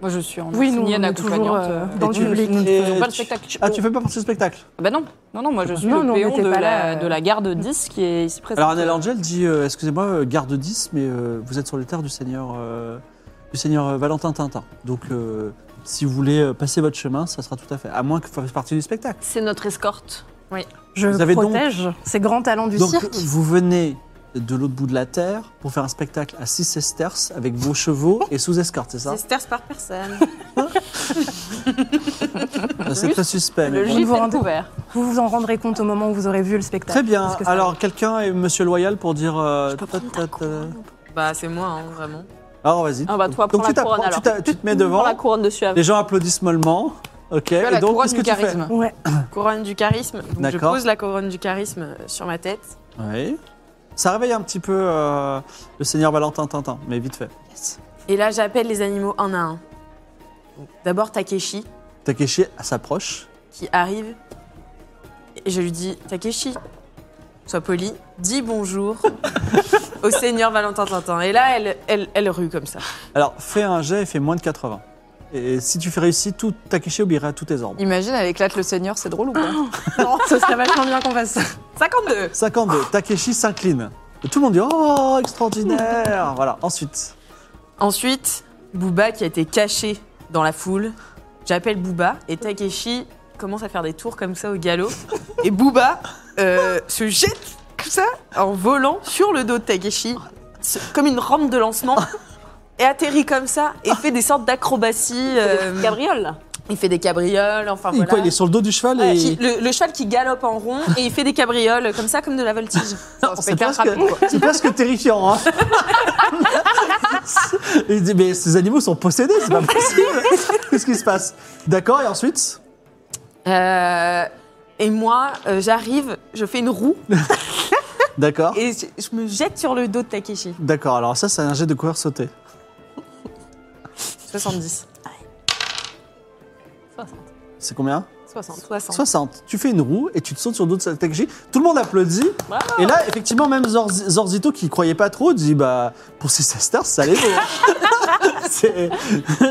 Speaker 3: Moi, je suis en
Speaker 5: Oui, nous,
Speaker 3: Hercinienne
Speaker 5: on est toujours
Speaker 3: accompagnante,
Speaker 5: euh,
Speaker 3: euh,
Speaker 5: dans le
Speaker 2: tu-
Speaker 5: public.
Speaker 2: et
Speaker 3: Ils font pas le
Speaker 2: tu-
Speaker 3: spectacle.
Speaker 2: Ah, tu fais pas partie du spectacle
Speaker 3: Ah Bah non, non, non, moi je suis
Speaker 5: Non,
Speaker 3: le
Speaker 5: non, on
Speaker 3: péon
Speaker 5: n'était
Speaker 3: de
Speaker 5: pas
Speaker 3: la,
Speaker 5: là. euh,
Speaker 2: Ah
Speaker 3: de la garde 10 qui est ici présente.
Speaker 2: Alors Annel Angel dit euh, excusez-moi euh, garde 10 mais euh, vous êtes sur les terres du seigneur euh, du seigneur euh, Valentin Tintin. Donc euh, si vous voulez euh, passer votre chemin, ça sera tout à fait à moins que vous fassiez partie du spectacle.
Speaker 6: C'est notre escorte.
Speaker 5: Je
Speaker 2: Vous avez donc-
Speaker 5: protège ces grands talents du
Speaker 2: Donc euh,
Speaker 5: cirque.
Speaker 2: vous venez de l'autre bout de la terre pour faire un spectacle à 6 sesterces avec vos chevaux et sous escorte, c'est ça
Speaker 4: Sisters par personne.
Speaker 2: Euh, C'est très suspect. mais
Speaker 3: le
Speaker 2: bon.
Speaker 5: gif
Speaker 3: gif
Speaker 5: est
Speaker 3: est couvert.
Speaker 5: Vous vous en rendez compte au moment où vous aurez vu le spectacle.
Speaker 2: Très bien.
Speaker 5: Parce que ça-
Speaker 2: Alors quelqu'un est monsieur Loyal pour dire euh, ta- ta-
Speaker 4: Bah, c'est moi, hein, vraiment.
Speaker 2: Alors vas-y.
Speaker 6: Ah bah, toi, prends
Speaker 2: Donc tu
Speaker 6: la couronne,
Speaker 2: t'apprends- tu
Speaker 6: alors.
Speaker 2: t'as- tu te mets devant.
Speaker 6: Prends la couronne dessus
Speaker 2: Les gens applaudissent mollement. OK.
Speaker 3: Tu vois,
Speaker 2: Et
Speaker 3: la
Speaker 2: donc
Speaker 3: couronne
Speaker 2: qu'est-ce que
Speaker 3: du
Speaker 2: tu fais
Speaker 3: charisme.
Speaker 5: Ouais.
Speaker 4: Couronne du charisme. Donc, je
Speaker 2: D'accord.
Speaker 4: pose la couronne du charisme euh, sur ma tête.
Speaker 2: Oui. Ça réveille un petit peu euh, le seigneur Valentin Tintin, mais vite fait.
Speaker 4: Et là, j'appelle les animaux un à un. Donc, D'abord Takeshi,
Speaker 2: Takeshi s'approche.
Speaker 4: qui arrive. Et je lui dis Takeshi, sois poli, dis bonjour au seigneur Valentin Tintin. Et là, elle, elle, elle rue comme ça.
Speaker 2: Alors, fais un jet et fais moins de 80. Et si tu fais réussi, tout Takeshi obéira à tous tes ordres.
Speaker 3: Imagine, elle éclate le Seigneur, c'est drôle ou pas
Speaker 5: Non, ce serait vachement bien qu'on fasse ça.
Speaker 4: 52
Speaker 2: 52. Takeshi s'incline. Et tout le monde dit Oh, extraordinaire Voilà, ensuite.
Speaker 4: Ensuite, Booba qui a été caché dans la foule. J'appelle Booba et Takeshi commence à faire des tours comme ça au galop. Et Booba euh, se jette comme ça en volant sur le dos de Takeshi, se- comme une rampe de lancement. Et atterrit comme ça et fait des sortes d'acrobaties. euh,
Speaker 6: Gabriel, là.
Speaker 4: il fait des cabrioles, enfin
Speaker 2: Il,
Speaker 4: voilà.
Speaker 2: quoi, il est sur le dos du cheval et.
Speaker 4: Ouais, Ah, qui- le, le cheval qui galope en rond et il fait des cabrioles comme ça, comme de la voltige.
Speaker 5: Ah,
Speaker 2: C'est presque, c'est presque terrifiant. Hein. il dit Mais ces animaux sont possédés, c'est pas possible. Qu'est-ce qui se passe D'accord, et ensuite
Speaker 4: Euh, et moi, euh, j'arrive, je fais une roue
Speaker 2: D'accord.
Speaker 4: Et je, je me jette sur le dos de Takeshi.
Speaker 2: D'accord, alors ça, c'est un jet de courir sauter.
Speaker 4: 70.
Speaker 2: C'est combien
Speaker 4: 60. 60.
Speaker 2: 60. Tu fais une roue et tu te sautes sur d'autres Takeshi. Tout le monde applaudit. Et là, effectivement, même Zor- Zorzito, qui croyait pas trop, dit Bah, pour ses stars, ça allait beau. C'est-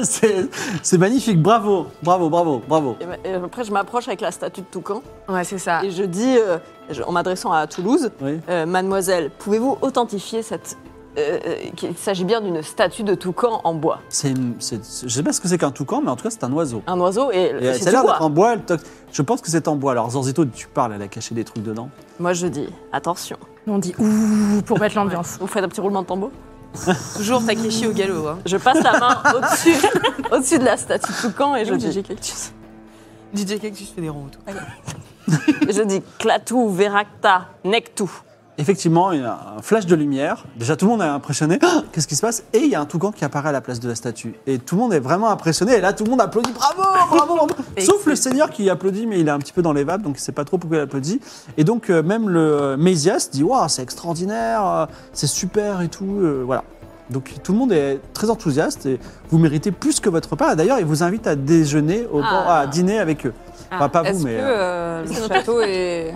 Speaker 2: c'est- C'est magnifique. Bravo, bravo, bravo, bravo.
Speaker 6: Et, bah, et après, je m'approche avec la statue de Toucan
Speaker 4: Ouais, c'est ça.
Speaker 6: et je dis, euh, je- en m'adressant à Toulouse,
Speaker 2: Oui.
Speaker 6: Euh, mademoiselle, pouvez-vous authentifier cette. euh, euh, qu'il s'agit bien d'une statue de toucan en bois.
Speaker 2: C'est une- c'est- Je sais pas ce que c'est qu'un toucan, mais en tout cas, c'est un oiseau.
Speaker 6: Un oiseau et.
Speaker 2: Et
Speaker 6: c'est
Speaker 2: ça a
Speaker 6: du
Speaker 2: l'air
Speaker 6: bois.
Speaker 2: d'être en bois. elle toque- Je pense que c'est en bois. Alors, Zorzito, tu parles, elle a caché des trucs dedans.
Speaker 6: Moi je dis, attention.
Speaker 5: Nous, on dit ouh pour mettre l'ambiance.
Speaker 6: Vous faites un petit roulement de tambour
Speaker 4: Toujours Takeshi au galop. Hein.
Speaker 6: Je passe la main au-dessus au de la statue de toucan et je dis. Cactus.
Speaker 4: DJ Cactus fait des ronds autour.
Speaker 6: Je dis Clatou, Veracta, Nectou.
Speaker 4: Ah
Speaker 2: Effectivement, il y a un flash de lumière. Déjà, tout le monde est impressionné. Ah Qu'est-ce qui se passe Et il y a un toucan qui apparaît à la place de la statue. Et tout le monde est vraiment impressionné. Et là, tout le monde applaudit. Bravo, bravo, bravo. Sauf le seigneur qui applaudit, mais il est un petit peu dans les vapes, donc il sait pas trop pourquoi il applaudit. Et donc, euh, même le euh, Mésias dit Waouh, c'est extraordinaire, euh, c'est super et tout. euh, voilà. Donc, tout le monde est très enthousiaste et vous méritez plus que votre part. Et D'ailleurs, il vous invite à déjeuner, au bord- à dîner avec eux. Enfin, pas vous,
Speaker 3: Ah. Est-ce
Speaker 2: mais.
Speaker 3: que
Speaker 2: euh,
Speaker 3: euh, le château est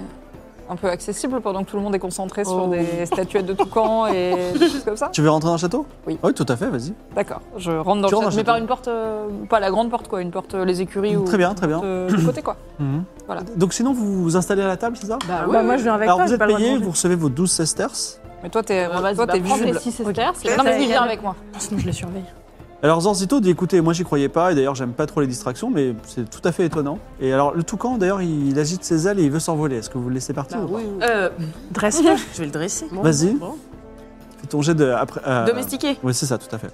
Speaker 3: un peu accessible pendant que tout le monde est concentré
Speaker 5: Oh,
Speaker 3: sur des statuettes de toucans et des choses comme ça
Speaker 2: Tu veux rentrer dans le château
Speaker 3: Oui.
Speaker 2: Oui, tout à fait, vas-y.
Speaker 3: D'accord, je rentre dans
Speaker 2: Tu rentres
Speaker 3: le
Speaker 2: dans
Speaker 3: château,
Speaker 2: le
Speaker 3: mais par
Speaker 2: château.
Speaker 3: une porte, euh, pas la grande porte quoi, une porte euh, les écuries ou
Speaker 2: Très bien, très bien.
Speaker 3: de, de côté quoi.
Speaker 2: Mhm.
Speaker 3: Voilà.
Speaker 2: Donc sinon, vous vous installez à la table, c'est ça
Speaker 5: Bah, moi, je viens avec
Speaker 2: Alors
Speaker 5: toi.
Speaker 2: vous
Speaker 5: j'ai
Speaker 2: êtes
Speaker 5: pas le droit de
Speaker 2: payé,
Speaker 5: manger.
Speaker 2: vous recevez vos 12 sesterces.
Speaker 3: Mais toi t'es
Speaker 6: vas-y,
Speaker 3: toi
Speaker 6: bah,
Speaker 3: t'es
Speaker 6: prends les
Speaker 3: visible.
Speaker 6: six sesterces,
Speaker 3: Non mais vas-y, viens avec moi.
Speaker 5: Sinon, je les surveille.
Speaker 2: Alors Zanzito dit écoutez, moi j'y croyais pas, et d'ailleurs j'aime pas trop les distractions, mais c'est tout à fait étonnant. Et alors le toucan, d'ailleurs, il agite ses ailes et il veut s'envoler. Est-ce que vous le laissez
Speaker 3: Bah
Speaker 2: partir ou pas
Speaker 4: Euh,
Speaker 5: Dresse le
Speaker 4: je vais le dresser.
Speaker 2: Vas-y. Fais ton jet de. Après, euh,
Speaker 4: Domestiqué.
Speaker 2: Oui, c'est ça, tout à fait.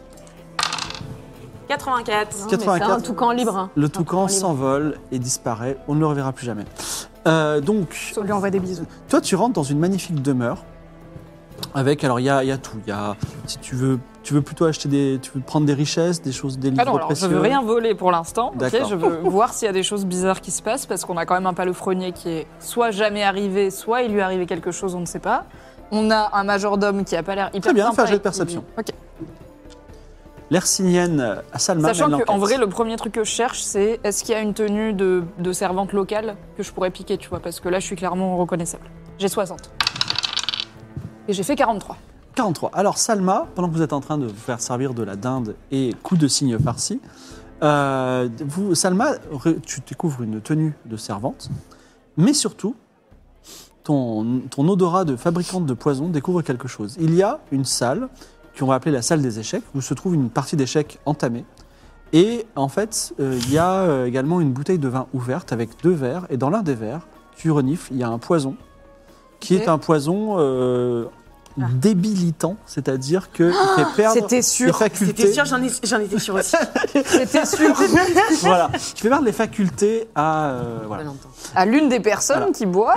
Speaker 4: 84.
Speaker 6: C'est un
Speaker 2: 84.
Speaker 6: toucan libre. hein.
Speaker 2: Le toucan s'envole et disparaît. On ne le reverra plus jamais. Euh, donc,
Speaker 5: On lui envoie des bisous.
Speaker 2: Toi, tu rentres dans une magnifique demeure avec. Alors, il y a, il y a tout. Il y a. Si tu veux, tu veux plutôt acheter des. Tu veux prendre des richesses, des choses, des livres
Speaker 3: Ah non, alors je
Speaker 2: précieux.
Speaker 3: veux rien voler pour l'instant. ok
Speaker 2: D'accord.
Speaker 3: je veux voir s'il y a des choses bizarres qui se passent parce qu'on a quand même un palefrenier qui est soit jamais arrivé, soit il lui est arrivé quelque chose, on ne sait pas. On a un majordome qui a pas l'air hyper
Speaker 2: Très bien, fais
Speaker 3: sympa
Speaker 2: un jet de
Speaker 3: et qui-
Speaker 2: perception.
Speaker 3: Ok.
Speaker 2: L'hercinienne euh, à Salma.
Speaker 3: Sachant
Speaker 2: mène
Speaker 3: qu'en
Speaker 2: l'enquête.
Speaker 3: vrai, le premier truc que je cherche, c'est est-ce qu'il y a une tenue de, de servante locale que je pourrais piquer, tu vois, parce que là, je suis clairement reconnaissable. J'ai 60. Et j'ai fait 43.
Speaker 2: 43. Alors, Salma, pendant que vous êtes en train de vous faire servir de la dinde et coup de cygne farci, euh, vous, Salma, re- tu découvres une tenue de servante, mais surtout, ton, ton odorat de fabricante de poison découvre quelque chose. Il y a une salle, qu'on va appeler la salle des échecs, où se trouve une partie d'échecs entamée. Et en fait, euh, il y a euh, également une bouteille de vin ouverte avec deux verres, et dans l'un des verres, tu renifles, il y a un poison, qui est un poison euh, débilitant, c'est-à-dire que il fait perdre
Speaker 5: C'était
Speaker 2: les
Speaker 5: sûr.
Speaker 2: facultés.
Speaker 4: C'était sûr, j'en ai- j'en étais sûre aussi.
Speaker 3: C'était sûr
Speaker 2: voilà, tu fais perdre les facultés à. euh, voilà.
Speaker 3: À l'une des personnes
Speaker 2: Voilà.
Speaker 3: qui boit.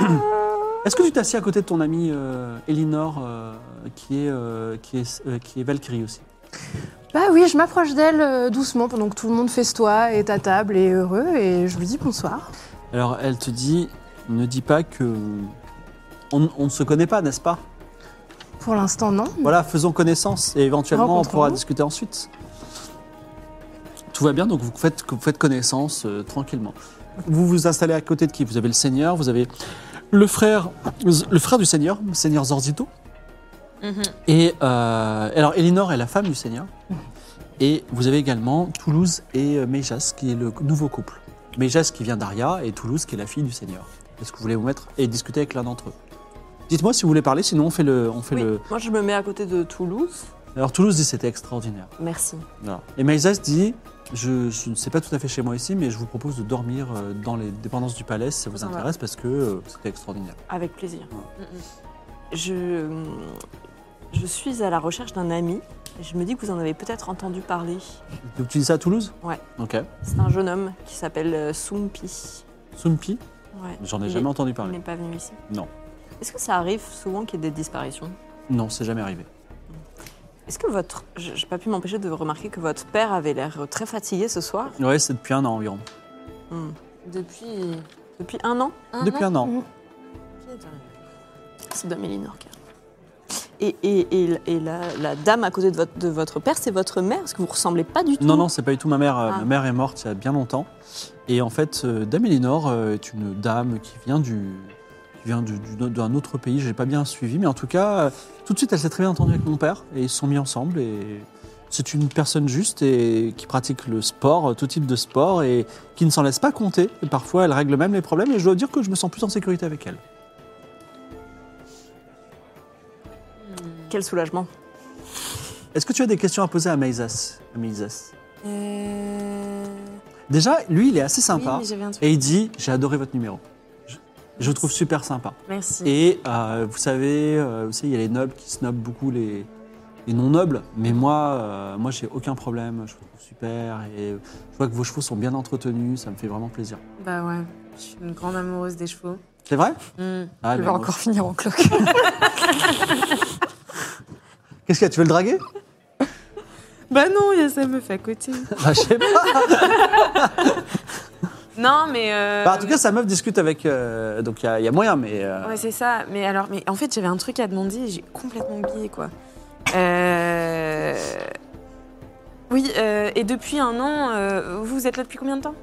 Speaker 2: Est-ce que tu t'assis à côté de ton amie euh, Elinor, euh, qui, est, euh, qui, est, euh, qui est Valkyrie aussi
Speaker 5: Bah oui, je m'approche d'elle euh, doucement pendant que tout le monde festoie, est à table et heureux, et je lui dis bonsoir.
Speaker 2: Alors elle te dit ne dis pas que. On, on ne se connaît pas, n'est-ce pas
Speaker 5: Pour l'instant, non.
Speaker 2: Voilà, faisons connaissance et éventuellement on pourra
Speaker 5: Rencontrons-nous.
Speaker 2: discuter ensuite. Tout va bien, donc vous faites, vous faites connaissance euh, tranquillement. Vous vous installez à côté de qui Vous avez le Seigneur, vous avez le frère, le frère du Seigneur, le Seigneur Zorzito. Et euh, alors, Elinor est la femme du Seigneur. Et vous avez également Toulouse et euh, Méjas, qui est le nouveau couple. Méjas qui vient d'Aria et Toulouse qui est la fille du Seigneur. Est-ce que vous voulez vous mettre et discuter avec l'un d'entre eux Dites-moi si vous voulez parler, sinon on fait le, on fait
Speaker 6: Oui.
Speaker 2: le,
Speaker 6: Moi je me mets à côté de Toulouse.
Speaker 2: alors Toulouse dit c'était extraordinaire.
Speaker 6: Merci.
Speaker 2: Voilà. Et Maïsas dit je, je ne sais pas tout à fait chez moi ici, mais je vous propose de dormir euh, dans les dépendances du palais si ça vous intéresse parce que euh, c'était extraordinaire.
Speaker 6: Avec plaisir. Mm, Je, euh, je suis à la recherche d'un ami. Je me dis que vous en avez peut-être entendu parler.
Speaker 2: Donc tu dis ça à Toulouse
Speaker 6: Ouais.
Speaker 2: Ok.
Speaker 6: C'est un jeune homme qui s'appelle euh, Soumpi.
Speaker 2: Sumpi
Speaker 6: Ouais.
Speaker 2: J'en ai
Speaker 6: Il
Speaker 2: jamais
Speaker 6: est-
Speaker 2: entendu
Speaker 6: Il
Speaker 2: parler.
Speaker 6: n'est pas venu ici.
Speaker 2: Non.
Speaker 6: Est-ce que ça arrive souvent qu'il y ait des disparitions
Speaker 2: Non, c'est jamais arrivé.
Speaker 6: Est-ce que votre. je- J'ai pas pu m'empêcher de remarquer que votre père avait l'air très fatigué ce soir.
Speaker 2: Ouais, c'est depuis un an environ.
Speaker 6: Depuis. Depuis un an Mmh.
Speaker 2: depuis un an.
Speaker 6: C'est Dame Elinor qui a- et, et- et- et la, la dame à côté de votre, de votre père, c'est votre mère, parce que vous ressemblez pas du tout.
Speaker 2: Non, non, c'est pas du tout ma mère. Euh,
Speaker 6: Ah.
Speaker 2: Ma mère est morte il y a bien longtemps. Et en fait, euh, Dame Elinor euh, est une dame qui vient du qui vient du- du- d'un autre pays. J'ai pas bien suivi, mais en tout cas, euh, tout de suite, elle s'est très bien entendue avec mon père et ils se sont mis ensemble. Et c'est une personne juste et qui pratique le sport, euh, tout type de sport, et qui ne s'en laisse pas compter. Et parfois, elle règle même les problèmes. Et je dois dire que je me sens plus en sécurité avec elle.
Speaker 6: Quel soulagement.
Speaker 2: Est-ce que tu as des questions à poser à Maïsas, à Maïsas
Speaker 4: Euh,
Speaker 2: Déjà, lui, il est assez
Speaker 4: Oui,
Speaker 2: sympa.
Speaker 4: mais j'avais un truc.
Speaker 2: Et il dit J'ai adoré votre numéro. Je, je le trouve super sympa.
Speaker 4: Merci.
Speaker 2: Et euh, vous savez, euh, vous savez, il y a les nobles qui snobent beaucoup les, les non-nobles. Mais moi, euh, moi j'ai aucun problème. Je vous trouve super. Et je vois que vos chevaux sont bien entretenus. Ça me fait vraiment plaisir.
Speaker 4: Bah ouais, je suis une grande amoureuse des chevaux.
Speaker 2: C'est vrai
Speaker 4: Hmm.
Speaker 2: Ah, ben,
Speaker 3: Elle va
Speaker 2: moi-
Speaker 3: encore finir en cloque.
Speaker 2: Qu'est-ce qu'il y a Tu veux le draguer
Speaker 4: Bah non, il y a sa meuf à côté.
Speaker 2: Bah, Je sais pas.
Speaker 4: non, mais. euh,
Speaker 2: Bah, en tout cas, sa meuf discute avec. euh, donc il y, a- il y a moyen, mais. euh,
Speaker 4: Ouais, c'est ça. Mais alors, mais en fait, j'avais un truc à demander et j'ai complètement oublié, quoi. Euh... Oui, euh, et depuis un an, euh, vous êtes là depuis combien de temps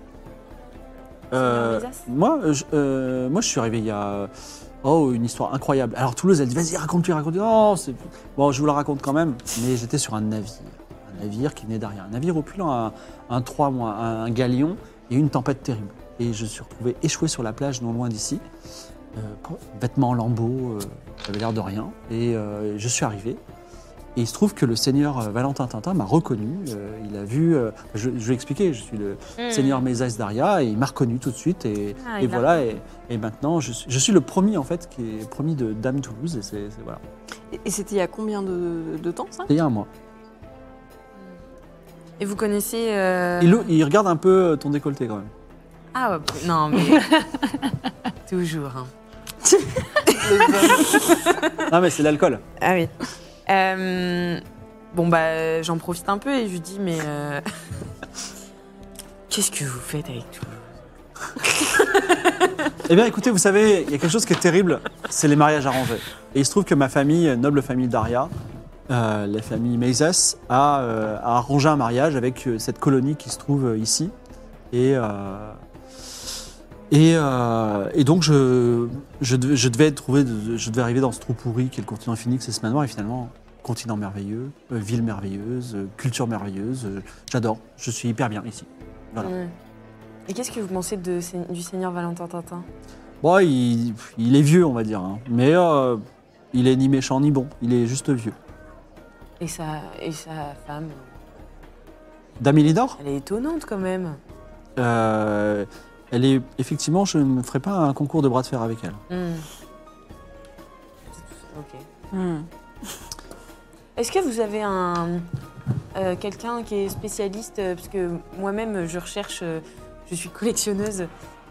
Speaker 2: Euh,
Speaker 4: Seigneur Mézès
Speaker 2: moi, euh, je, euh, moi, je suis arrivé il y a. euh, Oh, une histoire incroyable. Alors Toulouse, elle dit vas-y, raconte-lui, raconte-lui. Non, c'est- Bon, je vous la raconte quand même. Mais j'étais sur un navire. Un navire qui venait d'arrière. Un navire opulent, un, un 3 mois, un, un galion et une tempête terrible. Et je suis retrouvé échoué sur la plage non loin d'ici. Euh, pour- vêtements en lambeaux, euh, j'avais l'air de rien. Et euh, je suis arrivé. Et il se trouve que le seigneur euh, Valentin Tintin m'a reconnu. Euh, il a vu. euh, je, je vais expliquer, je suis le, Seigneur Mésas Daria, et il m'a reconnu tout de suite, et,
Speaker 4: Hmm. Ah,
Speaker 2: et
Speaker 4: il l'a
Speaker 2: voilà, et, et maintenant je suis, je suis le premier en fait, qui est promis de Dame Toulouse, et c'est c'est- voilà,
Speaker 6: Et- Et c'était il y a combien de, de temps, ça
Speaker 2: c'est il y a un mois.
Speaker 4: Et vous connaissez. euh,
Speaker 2: Il, il regarde un peu euh, ton décolleté quand même.
Speaker 4: Ah, ouais, p- non, mais. Toujours. hein.
Speaker 2: Ah mais c'est l'alcool.
Speaker 4: Ah oui. Euh, Bon, bah, j'en profite un peu et je lui dis, mais. euh, Qu'est-ce que vous faites avec tout
Speaker 2: Eh bien écoutez, vous savez, il y a quelque chose qui est terrible, c'est les mariages arrangés. Et il se trouve que ma famille, noble famille Daria, euh, la famille Mésas, a, euh, a arrangé un mariage avec euh, cette colonie qui se trouve euh, ici. Et, euh, et, euh, et donc je, je, devais, je devais trouver, de- je devais arriver dans ce trou pourri qui est le continent Phoenix et ce manoir. Et finalement, continent merveilleux, euh, ville merveilleuse, euh, culture merveilleuse. euh, J'adore, je suis hyper bien ici. Voilà.
Speaker 4: Hmm. Et qu'est-ce que vous pensez de, Seigne- du Seigneur Valentin Tintin
Speaker 2: Bon, il, il est vieux, on va dire. hein. Mais euh, il est ni méchant ni bon. Il est juste vieux.
Speaker 4: et sa, et sa femme
Speaker 2: Dame Elidor,
Speaker 4: Elle est étonnante quand même.
Speaker 2: euh, elle est effectivement, je ne ferai pas un concours de bras de fer avec elle.
Speaker 4: Hmm. Ok.
Speaker 2: Hmm.
Speaker 4: Est-ce que vous avez un euh, quelqu'un qui est spécialiste euh, Parce que moi-même, je recherche, euh, je suis collectionneuse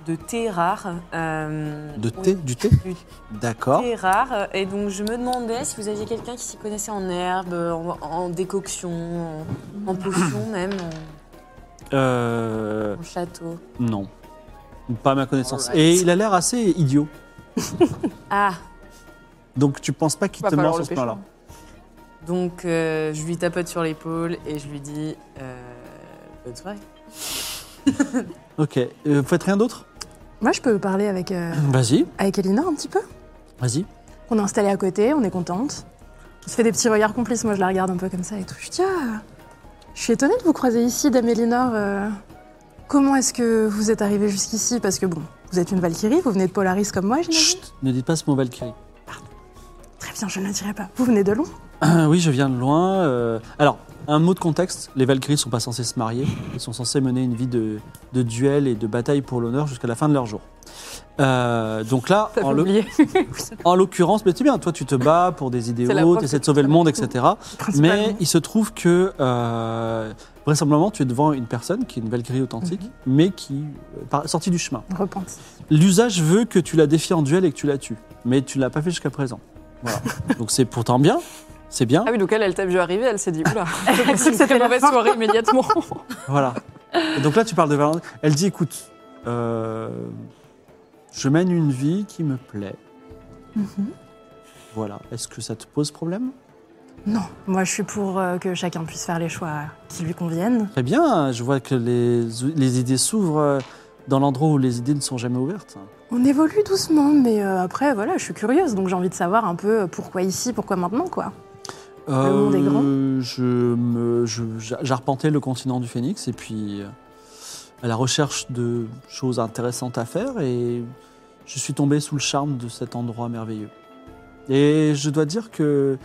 Speaker 4: de thé rare. euh,
Speaker 2: De
Speaker 4: oui,
Speaker 2: thé, du thé,
Speaker 4: du
Speaker 2: d'accord.
Speaker 4: thé rare. Et donc, je me demandais si vous aviez quelqu'un qui s'y connaissait en herbes, en, en décoction, en, en potion même,
Speaker 2: Euh,
Speaker 4: en, en château.
Speaker 2: non, pas à ma connaissance. Et il a l'air assez idiot.
Speaker 4: Ah,
Speaker 2: Donc tu penses pas qu'il
Speaker 3: Va
Speaker 2: te
Speaker 3: falloir
Speaker 2: ment sur
Speaker 3: le
Speaker 2: ce point-là
Speaker 4: donc euh, je lui tapote sur l'épaule et je lui dis euh, bonne soirée.
Speaker 2: Ok. Euh, vous faites rien d'autre
Speaker 5: Moi, je peux parler avec, euh,
Speaker 2: Vas-y,
Speaker 5: avec Elinor un petit peu.
Speaker 2: vas-y.
Speaker 5: On est installé à côté, on est contente. On se fait des petits regards complices. Moi, je la regarde un peu comme ça et tout. Je dis, ah, je suis étonnée de vous croiser ici, Dame Elinor. Euh, comment est-ce que vous êtes arrivée jusqu'ici Parce que bon, vous êtes une Valkyrie, vous venez de Polaris comme moi, j'imagine.
Speaker 2: Chut, ne dites pas ce mot Valkyrie.
Speaker 5: Très bien, je ne le dirai pas. Vous venez de Londres
Speaker 2: Ah oui, je viens de loin. euh, Alors, un mot de contexte, les Valkyries sont pas censées se marier, ils sont censés mener une vie de, de duel et de bataille pour l'honneur jusqu'à la fin de leur jour. Euh, donc là, en, l'oc- en l'occurrence, mais tu sais bien, toi tu te bats pour des
Speaker 3: C'est la
Speaker 2: idéaux,
Speaker 3: preuve
Speaker 2: tu essaies de
Speaker 3: que
Speaker 2: sauver
Speaker 3: tu
Speaker 2: le monde, etc.
Speaker 5: principalement.
Speaker 2: Mais il se trouve que euh, vraisemblablement tu es devant une personne qui est une Valkyrie authentique,
Speaker 3: Mhm.
Speaker 2: mais qui euh, par- sortie du chemin.
Speaker 5: Repente.
Speaker 2: L'usage veut que tu la défies en duel et que tu la tues, mais tu l'as pas fait jusqu'à présent. Voilà. donc c'est pourtant bien, c'est bien.
Speaker 3: Ah oui, donc elle, elle t'a vu arriver, elle s'est dit, oula, c'est une très mauvaise soirée immédiatement.
Speaker 2: Voilà. Et donc là, tu parles de Valentin. Elle dit, écoute, euh, je mène une vie qui me plaît. Voilà. Est-ce que ça te pose problème
Speaker 5: Non, moi je suis pour euh, que chacun puisse faire les choix qui lui conviennent.
Speaker 2: Très bien. Je vois que les, les idées s'ouvrent euh, dans l'endroit où les idées ne sont jamais ouvertes.
Speaker 5: On évolue doucement, mais euh, après, voilà, je suis curieuse, donc j'ai envie de savoir un peu pourquoi ici, pourquoi maintenant, quoi. Le monde est grand.
Speaker 2: Euh, Je me- je- j'a- j'arpentais le continent du Phénix et puis euh, à la recherche de choses intéressantes à faire et je suis tombé sous le charme de cet endroit merveilleux. Et je dois dire que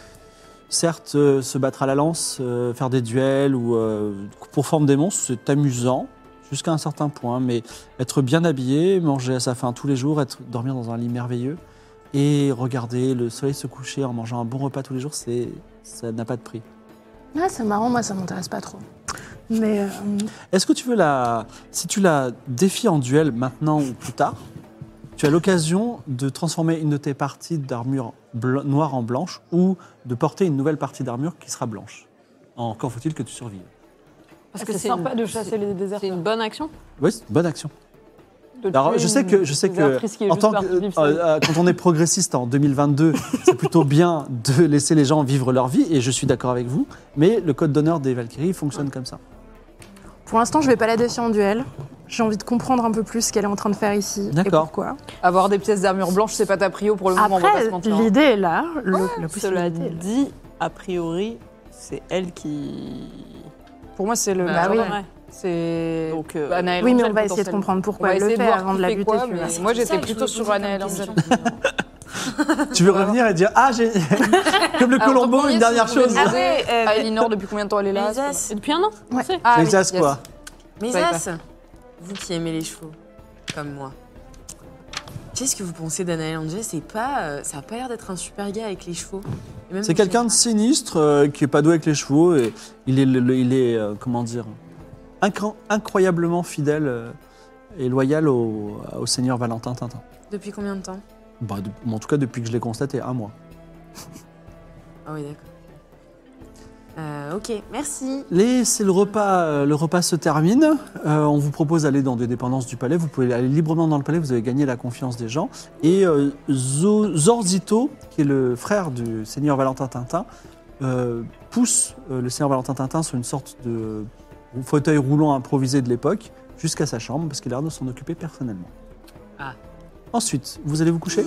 Speaker 2: certes, euh, se battre à la lance, euh, faire des duels ou euh, pour forme des monstres, c'est amusant jusqu'à un certain point, mais être bien habillé, manger à sa faim tous les jours, être, dormir dans un lit merveilleux et regarder le soleil se coucher en mangeant un bon repas tous les jours, c'est ça n'a pas de prix.
Speaker 5: Ah, c'est marrant, moi ça m'intéresse pas trop. Mais euh,
Speaker 2: Est-ce que tu veux la si tu la défies en duel maintenant ou plus tard, tu as l'occasion de transformer une de tes parties d'armure blan- noire en blanche ou de porter une nouvelle partie d'armure qui sera blanche. Encore faut-il que tu survives. Ah,
Speaker 3: Parce
Speaker 1: que
Speaker 3: que
Speaker 1: c'est
Speaker 3: c'est sympa
Speaker 1: une-
Speaker 3: de chasser les déserts.
Speaker 1: C'est une bonne action.
Speaker 2: Oui, c'est une bonne action. Alors, je sais que, je sais que, en tant que euh, euh, quand on est progressiste en 2022, c'est plutôt bien de laisser les gens vivre leur vie, et je suis d'accord avec vous, mais le code d'honneur des Valkyries fonctionne comme ça.
Speaker 5: pour l'instant, je vais pas la défier en duel. J'ai envie de comprendre un peu plus ce qu'elle est en train de faire ici. et
Speaker 2: D'accord.
Speaker 5: pourquoi.
Speaker 3: Avoir des pièces d'armure blanche, c'est pas ta prio pour le moment, on va pas
Speaker 5: Après,
Speaker 3: se mentir. hein.
Speaker 5: l'idée est là. Le, la
Speaker 6: Cela
Speaker 5: possibilité est là.
Speaker 6: dit, a priori, c'est elle qui.
Speaker 3: Pour moi, c'est le.
Speaker 5: Bah oui.
Speaker 3: Ouais. C'est.
Speaker 6: Donc, euh,
Speaker 4: Bah,
Speaker 3: Anaël
Speaker 5: Oui, mais
Speaker 3: Angel,
Speaker 5: on va essayer de
Speaker 3: potentiellement.
Speaker 5: comprendre
Speaker 3: On va
Speaker 5: pourquoi elle
Speaker 3: essayer
Speaker 5: le
Speaker 3: de
Speaker 5: fait
Speaker 3: voir
Speaker 5: avant
Speaker 3: qui
Speaker 5: de la
Speaker 3: fait
Speaker 5: buter.
Speaker 3: quoi,
Speaker 5: tu vois.
Speaker 3: mais Moi, j'étais plutôt sur Ah, Anaël Angel.
Speaker 4: Bah,
Speaker 2: Tu veux revenir et dire Ah, j'ai. Comme le
Speaker 3: Alors,
Speaker 2: Colombo,
Speaker 3: premier,
Speaker 2: une dernière
Speaker 3: si vous
Speaker 2: chose.
Speaker 3: voulez
Speaker 4: Après, euh,
Speaker 3: Ah, Elinor, depuis combien de temps elle est là
Speaker 4: Mésas.
Speaker 3: c'est pas- Depuis un an
Speaker 5: Ouais.
Speaker 3: C'est- Ah,
Speaker 2: Les
Speaker 3: oui,
Speaker 2: as,
Speaker 3: yes.
Speaker 2: quoi.
Speaker 4: Mais
Speaker 3: Bah,
Speaker 4: Zas, vous qui aimez les chevaux, comme moi, qu'est-ce que vous pensez d'Anaël Angel C'est pas, euh, ça a pas l'air d'être un super gars avec les chevaux. Et même
Speaker 2: C'est
Speaker 4: en
Speaker 2: quelqu'un de
Speaker 4: général.
Speaker 2: sinistre euh, qui est pas doué avec les chevaux et il est, le- le- il est euh, comment dire, incro- incroyablement fidèle euh, et loyal au, au seigneur Valentin Tintin.
Speaker 4: Depuis combien de temps
Speaker 2: Bah, de- bon, en tout cas, depuis que je l'ai constaté, un mois.
Speaker 4: Ah oui, d'accord. Euh, ok, merci.
Speaker 2: Laissez le repas, euh, le repas se termine. Euh, on vous propose d'aller dans des dépendances du palais. Vous pouvez aller librement dans le palais. Vous avez gagné la confiance des gens. Et euh, Zo- Zorzito, qui est le frère du seigneur Valentin Tintin, euh, pousse euh, le seigneur Valentin Tintin sur une sorte de fauteuil roulant improvisé de l'époque jusqu'à sa chambre parce qu'il a l'air de s'en occuper personnellement.
Speaker 4: Ah.
Speaker 2: Ensuite, vous allez vous coucher